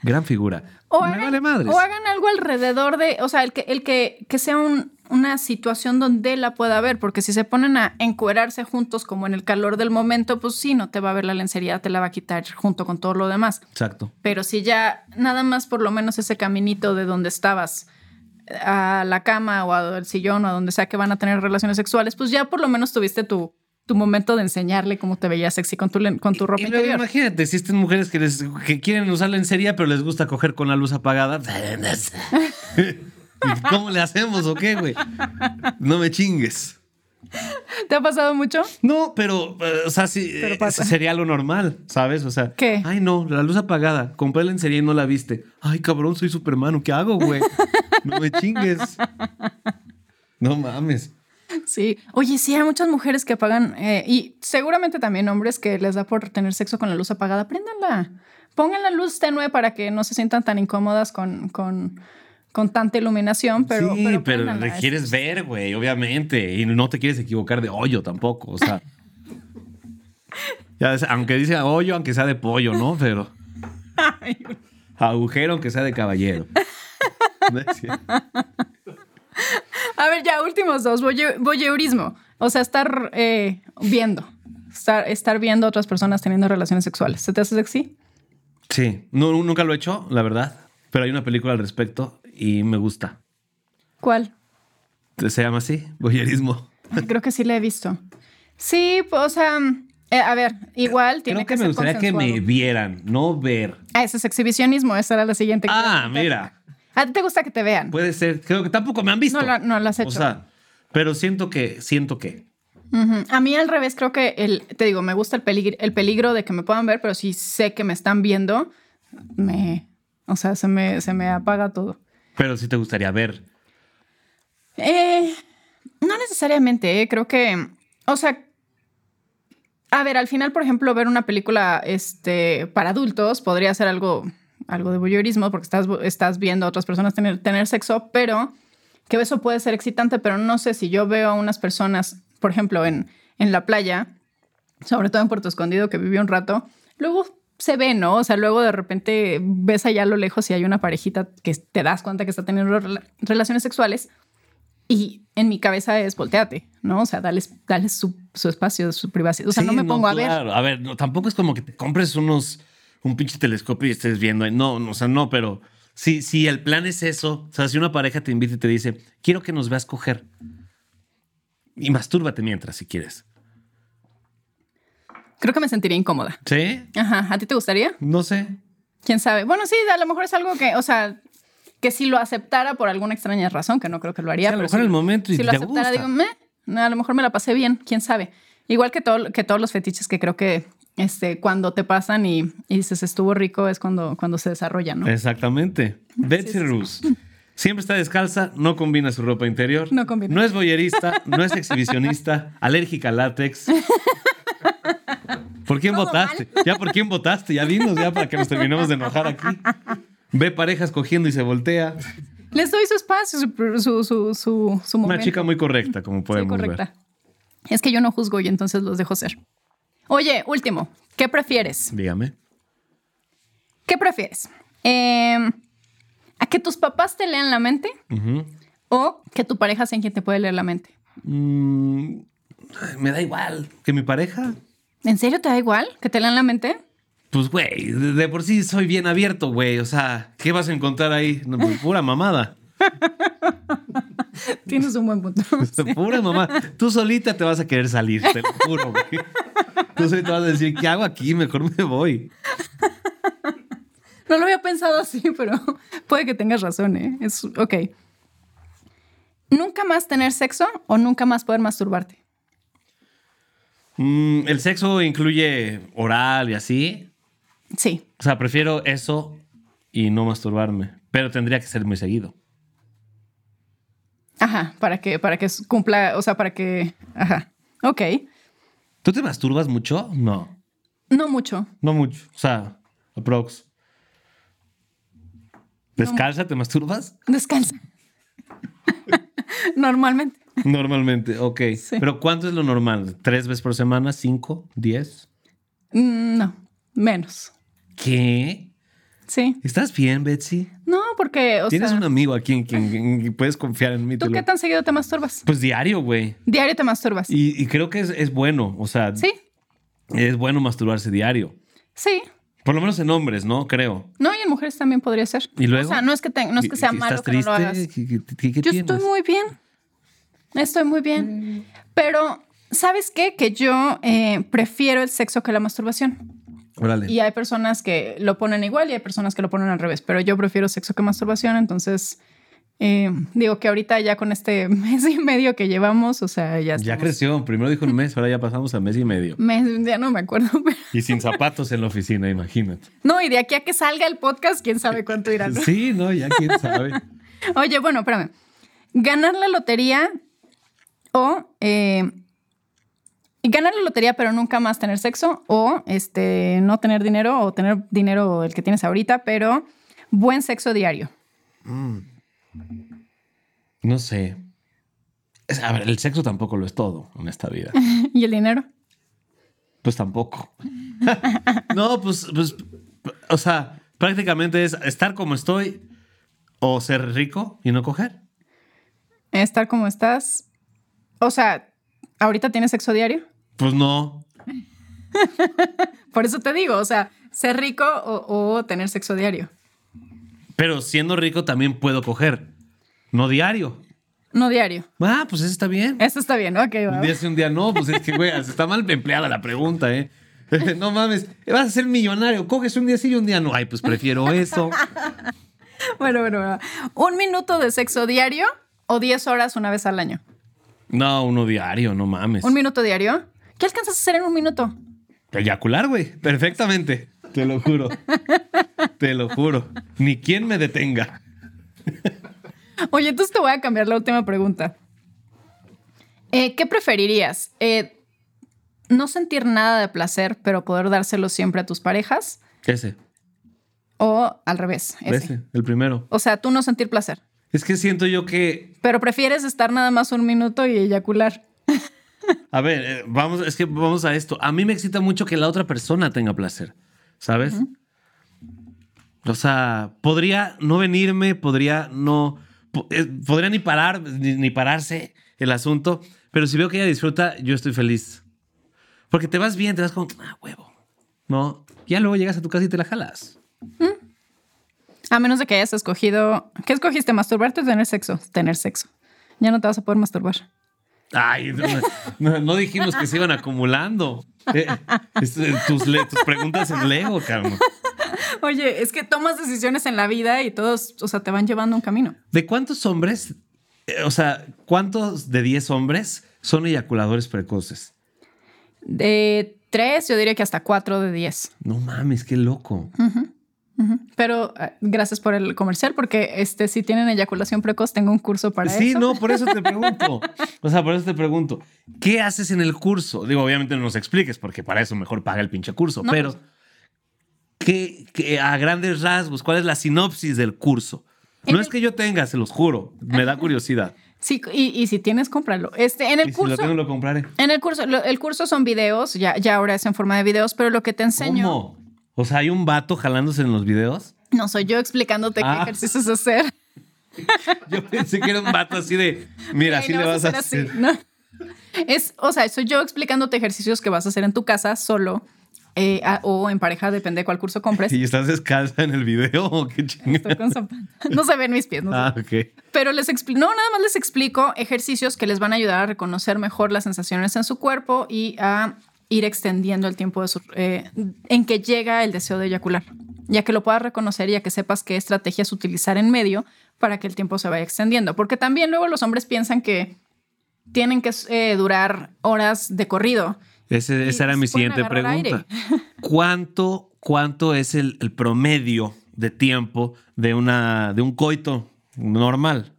Speaker 2: Gran figura.
Speaker 1: O
Speaker 2: Me
Speaker 1: hagan,
Speaker 2: vale madres.
Speaker 1: o hagan algo alrededor de, o sea, el que, el que, que sea un- una situación donde la pueda ver, porque si se ponen a encuerarse juntos como en el calor del momento, pues sí, no te va a ver la lencería, te la va a quitar junto con todo lo demás.
Speaker 2: Exacto.
Speaker 1: Pero si ya nada más por lo menos ese caminito de donde estabas eh, a la cama o al sillón o a donde sea que van a tener relaciones sexuales, pues ya por lo menos tuviste tu, tu momento de enseñarle cómo te veías sexy con tu, len- con tu ropa
Speaker 2: Y luego
Speaker 1: interior.
Speaker 2: imagínate, existen mujeres que, les, que quieren usar lencería, pero les gusta coger con la luz apagada. ¿Cómo le hacemos o qué, güey? No me chingues.
Speaker 1: ¿Te ha pasado mucho?
Speaker 2: No, pero, eh, o sea, sí,
Speaker 1: Pero
Speaker 2: eh,
Speaker 1: pasa.
Speaker 2: sería lo normal, ¿sabes? O sea,
Speaker 1: ¿Qué?
Speaker 2: ay, no, la luz apagada, compré lencería y no la viste. Ay, cabrón, soy Superman, ¿qué hago, güey? No me chingues. No mames.
Speaker 1: Sí. Oye, sí, hay muchas mujeres que apagan eh, y seguramente también hombres que les da por tener sexo con la luz apagada. Préndanla. Pongan la luz tenue para que no se sientan tan incómodas con, con, con tanta iluminación, pero.
Speaker 2: sí, pero,
Speaker 1: préndanla.
Speaker 2: le quieres ver, güey, obviamente. Y no te quieres equivocar de hoyo tampoco, o sea. ya ves, aunque dice hoyo, aunque sea de pollo, ¿no? Pero
Speaker 1: Ay,
Speaker 2: agujero, aunque sea de caballero. No es cierto.
Speaker 1: A ver, ya, últimos dos. Voye- Voyeurismo. O sea, estar eh, viendo. Estar, estar viendo a otras personas teniendo relaciones sexuales. ¿Se te hace sexy?
Speaker 2: sí, no, nunca lo he hecho, la verdad. Pero hay una película al respecto y me gusta.
Speaker 1: ¿Cuál?
Speaker 2: Se llama así, voyerismo.
Speaker 1: Ay, Creo que sí la he visto. Sí, pues, o sea, eh, a ver, igual tiene
Speaker 2: Creo que,
Speaker 1: que,
Speaker 2: me
Speaker 1: ser
Speaker 2: gustaría que me
Speaker 1: consensuado.
Speaker 2: vieran, no ver.
Speaker 1: Ah, ese es exhibicionismo. Esa era la siguiente. que iba a
Speaker 2: Ah, Pues-
Speaker 1: comentar.
Speaker 2: mira.
Speaker 1: ¿A ti te gusta que te vean?
Speaker 2: Puede ser. Creo que tampoco me han visto.
Speaker 1: No la- no la has
Speaker 2: O
Speaker 1: hecho.
Speaker 2: sea, pero siento que, siento que.
Speaker 1: Ujú. A mí al revés, creo que el, te digo, me gusta el peligro, el peligro de que me puedan ver, pero si sé que me están viendo, me, o sea, se me, se me apaga todo.
Speaker 2: Pero sí te gustaría ver.
Speaker 1: Eh, no necesariamente, eh, creo que, o sea, a ver, al final, por ejemplo, ver una película este, para adultos podría ser algo, algo de voyeurismo porque estás, estás viendo a otras personas tener, tener sexo, pero que eso puede ser excitante, pero no sé si yo veo a unas personas, por ejemplo, en, en la playa, sobre todo en Puerto Escondido, que viví un rato, luego se ve, ¿no? O sea, luego de repente ves allá a lo lejos y hay una parejita que te das cuenta que está teniendo rela- relaciones sexuales y en mi cabeza es volteate, ¿no? O sea, dale, dale su, su espacio, su privacidad. O sea,
Speaker 2: Sí,
Speaker 1: no me pongo a ver.
Speaker 2: claro. A ver, no, tampoco es como que te compres unos un pinche telescopio y estés viendo. ahí. No, no, o sea, no, pero si, si el plan es eso, o sea, si una pareja te invita y te dice, quiero que nos veas coger y mastúrbate mientras si quieres.
Speaker 1: Creo que me sentiría incómoda.
Speaker 2: ¿Sí?
Speaker 1: Ajá, ¿a ti te gustaría?
Speaker 2: No sé.
Speaker 1: ¿Quién sabe? Bueno, sí, a lo mejor es algo que, o sea, que si lo aceptara por alguna extraña razón, que no creo que lo haría,
Speaker 2: a lo
Speaker 1: pero
Speaker 2: mejor
Speaker 1: si-
Speaker 2: el momento y
Speaker 1: si lo
Speaker 2: te
Speaker 1: aceptara,
Speaker 2: gusta.
Speaker 1: digo, "Meh, no, a lo mejor me la pasé bien, quién sabe. Igual que, todo, que todos los fetiches que creo que este, cuando te pasan y, y dices estuvo rico es cuando, cuando se desarrollan, ¿no?
Speaker 2: Exactamente. Betsy
Speaker 1: sí, sí.
Speaker 2: Roos. Siempre está descalza, no combina su ropa interior.
Speaker 1: No combina.
Speaker 2: No es boyerista, no es exhibicionista, alérgica al látex. ¿Por quién
Speaker 1: Todo
Speaker 2: votaste? Ya por quién votaste, ya dinos ya para que nos terminemos de enojar aquí. Ve parejas cogiendo y se voltea.
Speaker 1: Les doy su espacio, su, su, su, su, su
Speaker 2: Una
Speaker 1: momento.
Speaker 2: chica muy correcta, como
Speaker 1: Sí,
Speaker 2: podemos ver.
Speaker 1: correcta. Es que yo no juzgo y entonces los dejo ser. Oye, último, ¿qué prefieres?
Speaker 2: Dígame.
Speaker 1: ¿Qué prefieres? Eh, ¿A que tus papás te lean la mente
Speaker 2: Ujú.
Speaker 1: o que tu pareja sea quien te puede leer la mente?
Speaker 2: Mm, ay, me da igual que mi pareja.
Speaker 1: ¿En serio te da igual que te lean la mente?
Speaker 2: Pues, güey, de, de por sí soy bien abierto, güey. O sea, ¿qué vas a encontrar ahí? No, pues, pura mamada.
Speaker 1: Tienes un buen punto.
Speaker 2: Pura mamá. Tú solita te vas a querer salir, te lo juro, güey. Tú solita vas a decir, ¿qué hago aquí? Mejor me voy.
Speaker 1: No lo había pensado así, pero puede que tengas razón, ¿eh? Es, ok. ¿Nunca más tener sexo o nunca más poder masturbarte?
Speaker 2: Mm, el sexo incluye oral y así.
Speaker 1: Sí.
Speaker 2: O sea, prefiero eso y no masturbarme. Pero tendría que ser muy seguido.
Speaker 1: Ajá, para que, para que cumpla, o sea, para que... Ajá. Ok.
Speaker 2: ¿Tú te masturbas mucho? No.
Speaker 1: No mucho.
Speaker 2: No mucho. O sea, aprox. ¿Descalza te masturbas?
Speaker 1: Descansa. Normalmente.
Speaker 2: Normalmente, ok.
Speaker 1: Sí.
Speaker 2: ¿Pero cuánto es lo normal? ¿Tres veces por semana? ¿Cinco? ¿Diez?
Speaker 1: Mm, No, menos.
Speaker 2: ¿Qué?
Speaker 1: Sí.
Speaker 2: ¿Estás bien, Betsy?
Speaker 1: No, porque, o
Speaker 2: Tienes
Speaker 1: sea,
Speaker 2: un amigo aquí en quien, en quien puedes confiar en mí. te
Speaker 1: ¿tú
Speaker 2: lo-
Speaker 1: qué tan seguido te masturbas?
Speaker 2: Pues diario, güey.
Speaker 1: Diario te masturbas.
Speaker 2: Y, y creo que es, es bueno, o sea,
Speaker 1: Sí,
Speaker 2: es bueno masturbarse diario.
Speaker 1: sí.
Speaker 2: Por lo menos en hombres, ¿no? Creo.
Speaker 1: No, y en mujeres también podría ser.
Speaker 2: Y
Speaker 1: O
Speaker 2: luego.
Speaker 1: sea, no es que, te- no es que sea
Speaker 2: ¿Estás
Speaker 1: malo que no
Speaker 2: triste?
Speaker 1: lo hagas.
Speaker 2: ¿Qué, qué- qué- qué
Speaker 1: Yo
Speaker 2: tienes? Mm.
Speaker 1: estoy muy bien. Estoy muy bien. Pero, ¿sabes qué? Que yo eh, prefiero el sexo que la masturbación.
Speaker 2: Órale.
Speaker 1: Y hay personas que lo ponen igual y hay personas que lo ponen al revés. Pero yo prefiero sexo que masturbación. Entonces, eh, digo que ahorita ya con este mes y medio que llevamos, o sea, ya.
Speaker 2: Ya
Speaker 1: estamos-
Speaker 2: creció. Primero dijo un mes, ahora ya pasamos a mes y medio.
Speaker 1: Mes, ya no me acuerdo. pero-
Speaker 2: Y sin zapatos en la oficina, imagínate.
Speaker 1: No, y de aquí a que salga el podcast, quién sabe cuánto irá. ¿no?
Speaker 2: Sí, ¿no? Ya quién sabe.
Speaker 1: Oye, bueno, espérame. Ganar la lotería o eh, ganar la lotería, pero nunca más tener sexo, o este, no tener dinero, o tener dinero el que tienes ahorita, pero buen sexo diario.
Speaker 2: No sé. Es- A ver, el sexo tampoco lo es todo en esta vida.
Speaker 1: ¿Y el dinero?
Speaker 2: Pues tampoco. no, pues, pues, o sea, prácticamente es estar como estoy o ser rico y no coger.
Speaker 1: Estar como estás. O sea, ahorita tienes sexo diario.
Speaker 2: Pues no.
Speaker 1: Por eso te digo, o sea, ser rico o, o tener sexo diario.
Speaker 2: Pero siendo rico también puedo coger. No diario.
Speaker 1: No diario.
Speaker 2: Ah, pues eso está bien.
Speaker 1: Eso está bien, ok. va,
Speaker 2: Un
Speaker 1: va.
Speaker 2: día sí, un día no. Pues es que, güey, está mal empleada la pregunta, ¿eh? no mames, vas a ser millonario. Coges un día sí y un día no. Ay, pues prefiero eso.
Speaker 1: Bueno, bueno, bueno. ¿Un minuto de sexo diario o 10 horas una vez al año?
Speaker 2: No, uno diario, no mames.
Speaker 1: ¿Un minuto diario? ¿Qué alcanzas a hacer en un minuto?
Speaker 2: Eyacular, güey. Perfectamente. Te lo juro. Te lo juro. Ni quien me detenga.
Speaker 1: Oye, entonces te voy a cambiar la última pregunta. Eh, ¿Qué preferirías? Eh, ¿No sentir nada de placer, pero poder dárselo siempre a tus parejas?
Speaker 2: Ese.
Speaker 1: ¿O al revés?
Speaker 2: Ese.
Speaker 1: ese?
Speaker 2: el primero.
Speaker 1: O sea, tú no sentir placer,
Speaker 2: Es que siento yo que.
Speaker 1: pero prefieres estar nada más un minuto y eyacular.
Speaker 2: A ver, eh, vamos, es que vamos a esto. A mí me excita mucho que la otra persona tenga placer. ¿Sabes? O sea, podría no venirme, podría no. po- eh, Podría ni parar, ni, ni pararse el asunto. Pero si veo que ella disfruta, yo estoy feliz. Porque te vas bien, te vas como, ah, huevo. ¿no? Ya luego llegas a tu casa y te la jalas.
Speaker 1: A menos de que hayas escogido. ¿Qué escogiste? ¿Masturbarte o tener sexo? Tener sexo. Ya no te vas a poder masturbar.
Speaker 2: Ay, no, no- no dijimos que se iban acumulando. Eh, es- eh, tus, le- tus preguntas en Lego, Carmen.
Speaker 1: Oye, es que tomas decisiones en la vida y todos, o sea, te van llevando un camino.
Speaker 2: ¿De cuántos hombres, eh, o sea, cuántos de 10 hombres son eyaculadores precoces?
Speaker 1: De tres, yo diría que hasta cuatro de diez.
Speaker 2: No mames, qué loco.
Speaker 1: Ujú. Pero eh, gracias por el comercial, porque este, si tienen eyaculación precoz, tengo un curso para
Speaker 2: sí,
Speaker 1: eso.
Speaker 2: no, por eso te pregunto. O sea, por eso te pregunto, ¿qué haces en el curso? Digo, obviamente no nos expliques, porque para eso mejor paga el pinche curso,
Speaker 1: No, pues.
Speaker 2: pero ¿qué, qué- a grandes rasgos, ¿cuál es la sinopsis del curso? No
Speaker 1: En
Speaker 2: es
Speaker 1: el-
Speaker 2: que yo tenga, se los juro, me da curiosidad.
Speaker 1: Sí, y, y si tienes, cómpralo. Este, en el
Speaker 2: Y si
Speaker 1: curso.
Speaker 2: lo tengo, lo compraré.
Speaker 1: En el curso, lo- el curso son videos, ya, ya ahora es en forma de videos, pero lo que te enseño
Speaker 2: ¿Cómo? O sea, hay un vato jalándose en los videos.
Speaker 1: no soy yo explicándote
Speaker 2: Ah.
Speaker 1: qué ejercicios hacer.
Speaker 2: Yo pensé que era un vato así de, mira,
Speaker 1: Ay,
Speaker 2: así
Speaker 1: no
Speaker 2: le vas a
Speaker 1: hacer
Speaker 2: hacer.
Speaker 1: así, ¿no? Es, o sea, soy yo explicándote ejercicios que vas a hacer en tu casa solo eh, a- o en pareja, depende de cuál curso compres.
Speaker 2: ¿Y estás descalza en el video o qué
Speaker 1: Estoy
Speaker 2: chingada?
Speaker 1: con zapato. No se ven mis pies, no se
Speaker 2: Ah, ok.
Speaker 1: Pero les explico, no, nada más les explico ejercicios que les van a ayudar a reconocer mejor las sensaciones en su cuerpo y a ir extendiendo el tiempo de su- eh, en que llega el deseo de eyacular, ya que lo puedas reconocer y ya que sepas qué estrategias utilizar en medio para que el tiempo se vaya extendiendo. Porque también luego los hombres piensan que tienen que eh, durar horas de corrido.
Speaker 2: Ese-
Speaker 1: Y
Speaker 2: esa era
Speaker 1: se
Speaker 2: mi
Speaker 1: pueden
Speaker 2: siguiente
Speaker 1: agarrar
Speaker 2: pregunta. ¿Cuánto, cuánto es el, el promedio de tiempo de, una, de un coito normal?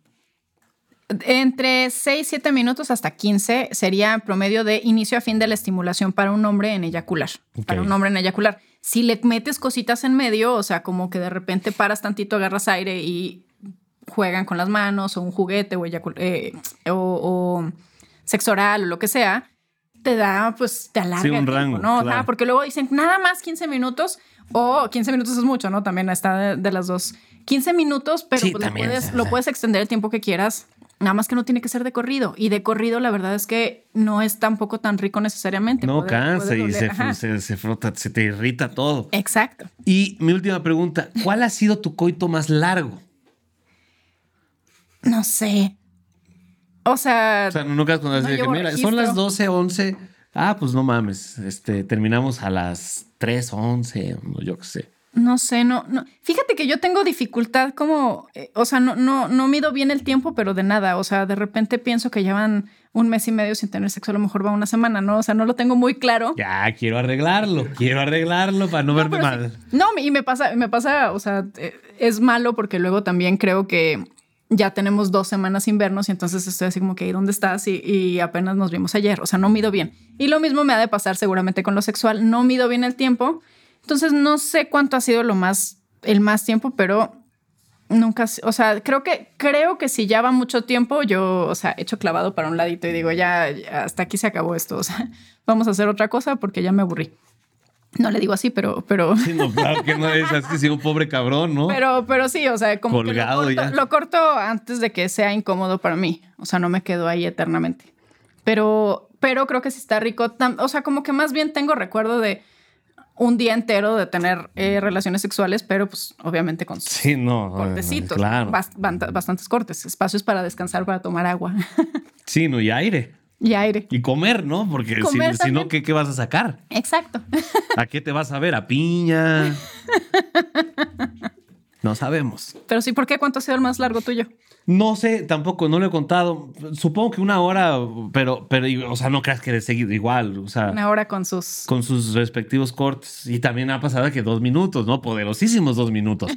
Speaker 1: Entre 6, 7 minutos hasta 15 sería promedio de inicio a fin de la estimulación para un hombre en eyacular.
Speaker 2: Ok.
Speaker 1: Para un hombre en eyacular. Si le metes cositas en medio, o sea, como que de repente paras tantito, agarras aire y juegan con las manos o un juguete o, eyacul- eh, o, o sexo oral o lo que sea, te da, pues, te alarga
Speaker 2: Sí, un
Speaker 1: el tiempo,
Speaker 2: rango,
Speaker 1: ¿no?
Speaker 2: claro.
Speaker 1: Ajá, porque luego dicen nada más 15 minutos o 15 minutos es mucho, ¿no? También está de, de las dos. 15 minutos, pero
Speaker 2: Sí,
Speaker 1: pues, lo,
Speaker 2: también,
Speaker 1: puedes,
Speaker 2: sí,
Speaker 1: lo
Speaker 2: sí.
Speaker 1: puedes extender el tiempo que quieras. Nada más que no tiene que ser de corrido. Y de corrido, la verdad es que no es tampoco tan rico necesariamente.
Speaker 2: No
Speaker 1: Puede-
Speaker 2: cansa
Speaker 1: puede
Speaker 2: y
Speaker 1: doler.
Speaker 2: se,
Speaker 1: Ajá.
Speaker 2: fru- se, se frota, se te irrita todo.
Speaker 1: Exacto.
Speaker 2: Y mi última pregunta, ¿cuál ha sido tu coito más largo?
Speaker 1: No sé. O sea,
Speaker 2: O sea, nunca has cuando
Speaker 1: No
Speaker 2: así de que,
Speaker 1: llevo
Speaker 2: "Mira, son
Speaker 1: registro".
Speaker 2: las 12, 11. Ah, pues no mames, este, terminamos a las 3, 11, no, yo qué sé.
Speaker 1: no sé, no, no. Fíjate que yo tengo dificultad como, eh, o sea, no, no, no mido bien el tiempo, pero de nada. O sea, de repente pienso que llevan un mes y medio sin tener sexo, a lo mejor va una semana, ¿no? O sea, no lo tengo muy claro.
Speaker 2: Ya, quiero arreglarlo, quiero arreglarlo para no, verme
Speaker 1: pero
Speaker 2: mal.
Speaker 1: sí. No, y me pasa, me pasa, o sea, eh, es malo porque luego también creo que ya tenemos dos semanas sin vernos y entonces estoy así como que, ¿y dónde estás? Y, y apenas nos vimos ayer, o sea, no mido bien. Y lo mismo me ha de pasar seguramente con lo sexual, no mido bien el tiempo, entonces no sé cuánto ha sido lo más, el más tiempo, pero nunca, s- o sea, creo que, creo que si ya va mucho tiempo, yo, o sea, echo clavado para un ladito y digo, ya, ya, hasta aquí se acabó esto, o sea, vamos a hacer otra cosa porque ya me aburrí. No le digo así, pero, pero,
Speaker 2: Sí, no, claro que no es así, sí, un pobre cabrón, ¿no?
Speaker 1: pero, pero sí, o sea, como que
Speaker 2: Colgado
Speaker 1: lo,
Speaker 2: ya.
Speaker 1: corto, lo corto antes de que sea incómodo para mí. O sea, no me quedo ahí eternamente. Pero, pero creo que sí está rico. Tam- O sea, como que más bien tengo recuerdo de un día entero de tener eh, relaciones sexuales, pero pues obviamente con sus
Speaker 2: Sí, no. ah,
Speaker 1: cortecitos,
Speaker 2: Claro.
Speaker 1: bast- bant- bastantes cortes, espacios para descansar, para tomar agua
Speaker 2: Sí, no, y aire.
Speaker 1: y aire.
Speaker 2: Y comer, ¿no? Porque si-
Speaker 1: Comer
Speaker 2: si, no,
Speaker 1: también.
Speaker 2: ¿qué, qué vas a sacar?
Speaker 1: Exacto.
Speaker 2: ¿A qué te vas a ver? ¿A piña? No sabemos.
Speaker 1: Pero sí, ¿por qué cuánto ha sido el más largo tuyo?
Speaker 2: No sé, tampoco, no lo he contado. Supongo que una hora, pero, pero, o sea, no creas que de seguido igual, o sea,
Speaker 1: Una hora con sus...
Speaker 2: con sus respectivos cortes. Y también ha pasado que dos minutos, ¿no? Poderosísimos dos minutos.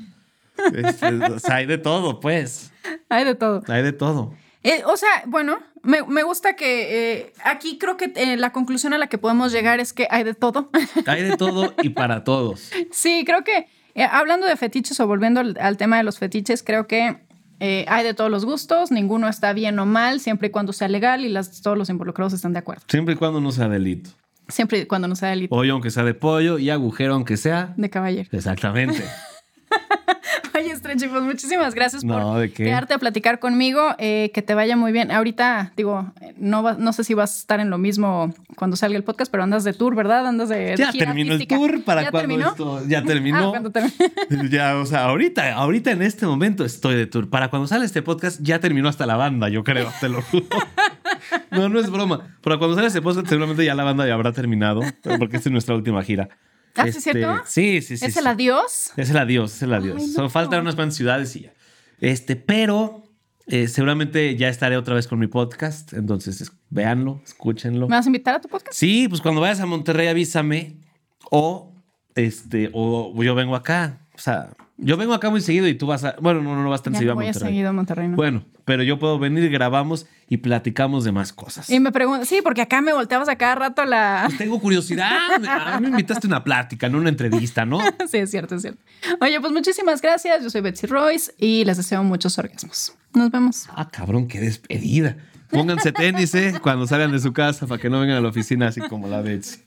Speaker 2: Este, o sea, hay de todo, pues.
Speaker 1: Hay de todo.
Speaker 2: Hay de todo.
Speaker 1: Eh, o sea, bueno, me, me gusta que eh, aquí creo que eh, la conclusión a la que podemos llegar es que hay de todo.
Speaker 2: Hay de todo y para todos.
Speaker 1: sí, creo que eh, hablando de fetiches o volviendo al, al tema de los fetiches, creo que eh, hay de todos los gustos, ninguno está bien o mal, siempre y cuando sea legal y las, todos los involucrados están de acuerdo.
Speaker 2: Siempre y cuando no sea delito.
Speaker 1: Siempre y cuando no sea delito
Speaker 2: Pollo aunque sea de pollo y agujero aunque sea.
Speaker 1: de caballero.
Speaker 2: Exactamente.
Speaker 1: Oye, Stretch, Monchi, pues muchísimas gracias
Speaker 2: No,
Speaker 1: por
Speaker 2: ¿de qué?
Speaker 1: quedarte a platicar conmigo. eh, que te vaya muy bien. Ahorita, digo, eh, no, va- no sé si vas a estar en lo mismo cuando salga el podcast, pero andas de tour, ¿verdad? Andas de. de
Speaker 2: Ya
Speaker 1: gira
Speaker 2: terminó el
Speaker 1: artística.
Speaker 2: tour para
Speaker 1: ¿Ya
Speaker 2: cuando
Speaker 1: terminó?
Speaker 2: esto ya
Speaker 1: Ah,
Speaker 2: terminó.
Speaker 1: cuando termine.
Speaker 2: ya, o sea, ahorita, ahorita en este momento estoy de tour. Para cuando sale este podcast ya terminó hasta la banda, yo creo, te lo juro. No, no es broma. Para cuando sale este podcast seguramente ya la banda ya habrá terminado, porque esta es nuestra última gira. Este,
Speaker 1: Ah, ¿sí es cierto?
Speaker 2: Sí, sí, sí.
Speaker 1: ¿Es
Speaker 2: sí.
Speaker 1: el adiós?
Speaker 2: Es el adiós, es el adiós.
Speaker 1: Ay, no.
Speaker 2: Solo faltan unas cuantas ciudades y ya. Este, pero eh, seguramente ya estaré otra vez con mi podcast. Entonces, es- véanlo, escúchenlo.
Speaker 1: ¿Me vas a invitar a tu podcast?
Speaker 2: Sí, pues cuando vayas a Monterrey avísame. O este, o yo vengo acá. O sea, yo vengo acá muy seguido y tú vas a. Bueno, no, no, no vas tan
Speaker 1: Ya
Speaker 2: seguido
Speaker 1: no
Speaker 2: a
Speaker 1: voy a
Speaker 2: Monterrey. Pues.
Speaker 1: seguido a Monterrey. ¿no?
Speaker 2: Bueno, pero yo puedo venir, grabamos y platicamos de más cosas.
Speaker 1: Y me pregunto, sí, porque acá me volteabas a cada rato la.
Speaker 2: Pues tengo curiosidad. A mí me invitaste a una plática, no una entrevista, ¿no?
Speaker 1: Sí, es cierto, es cierto. Oye, pues muchísimas gracias. Yo soy Betsy Royce y les deseo muchos orgasmos. Nos vemos.
Speaker 2: Ah, cabrón, qué despedida. Pónganse tenis, ¿eh? Cuando salgan de su casa para que no vengan a la oficina así como la Betsy.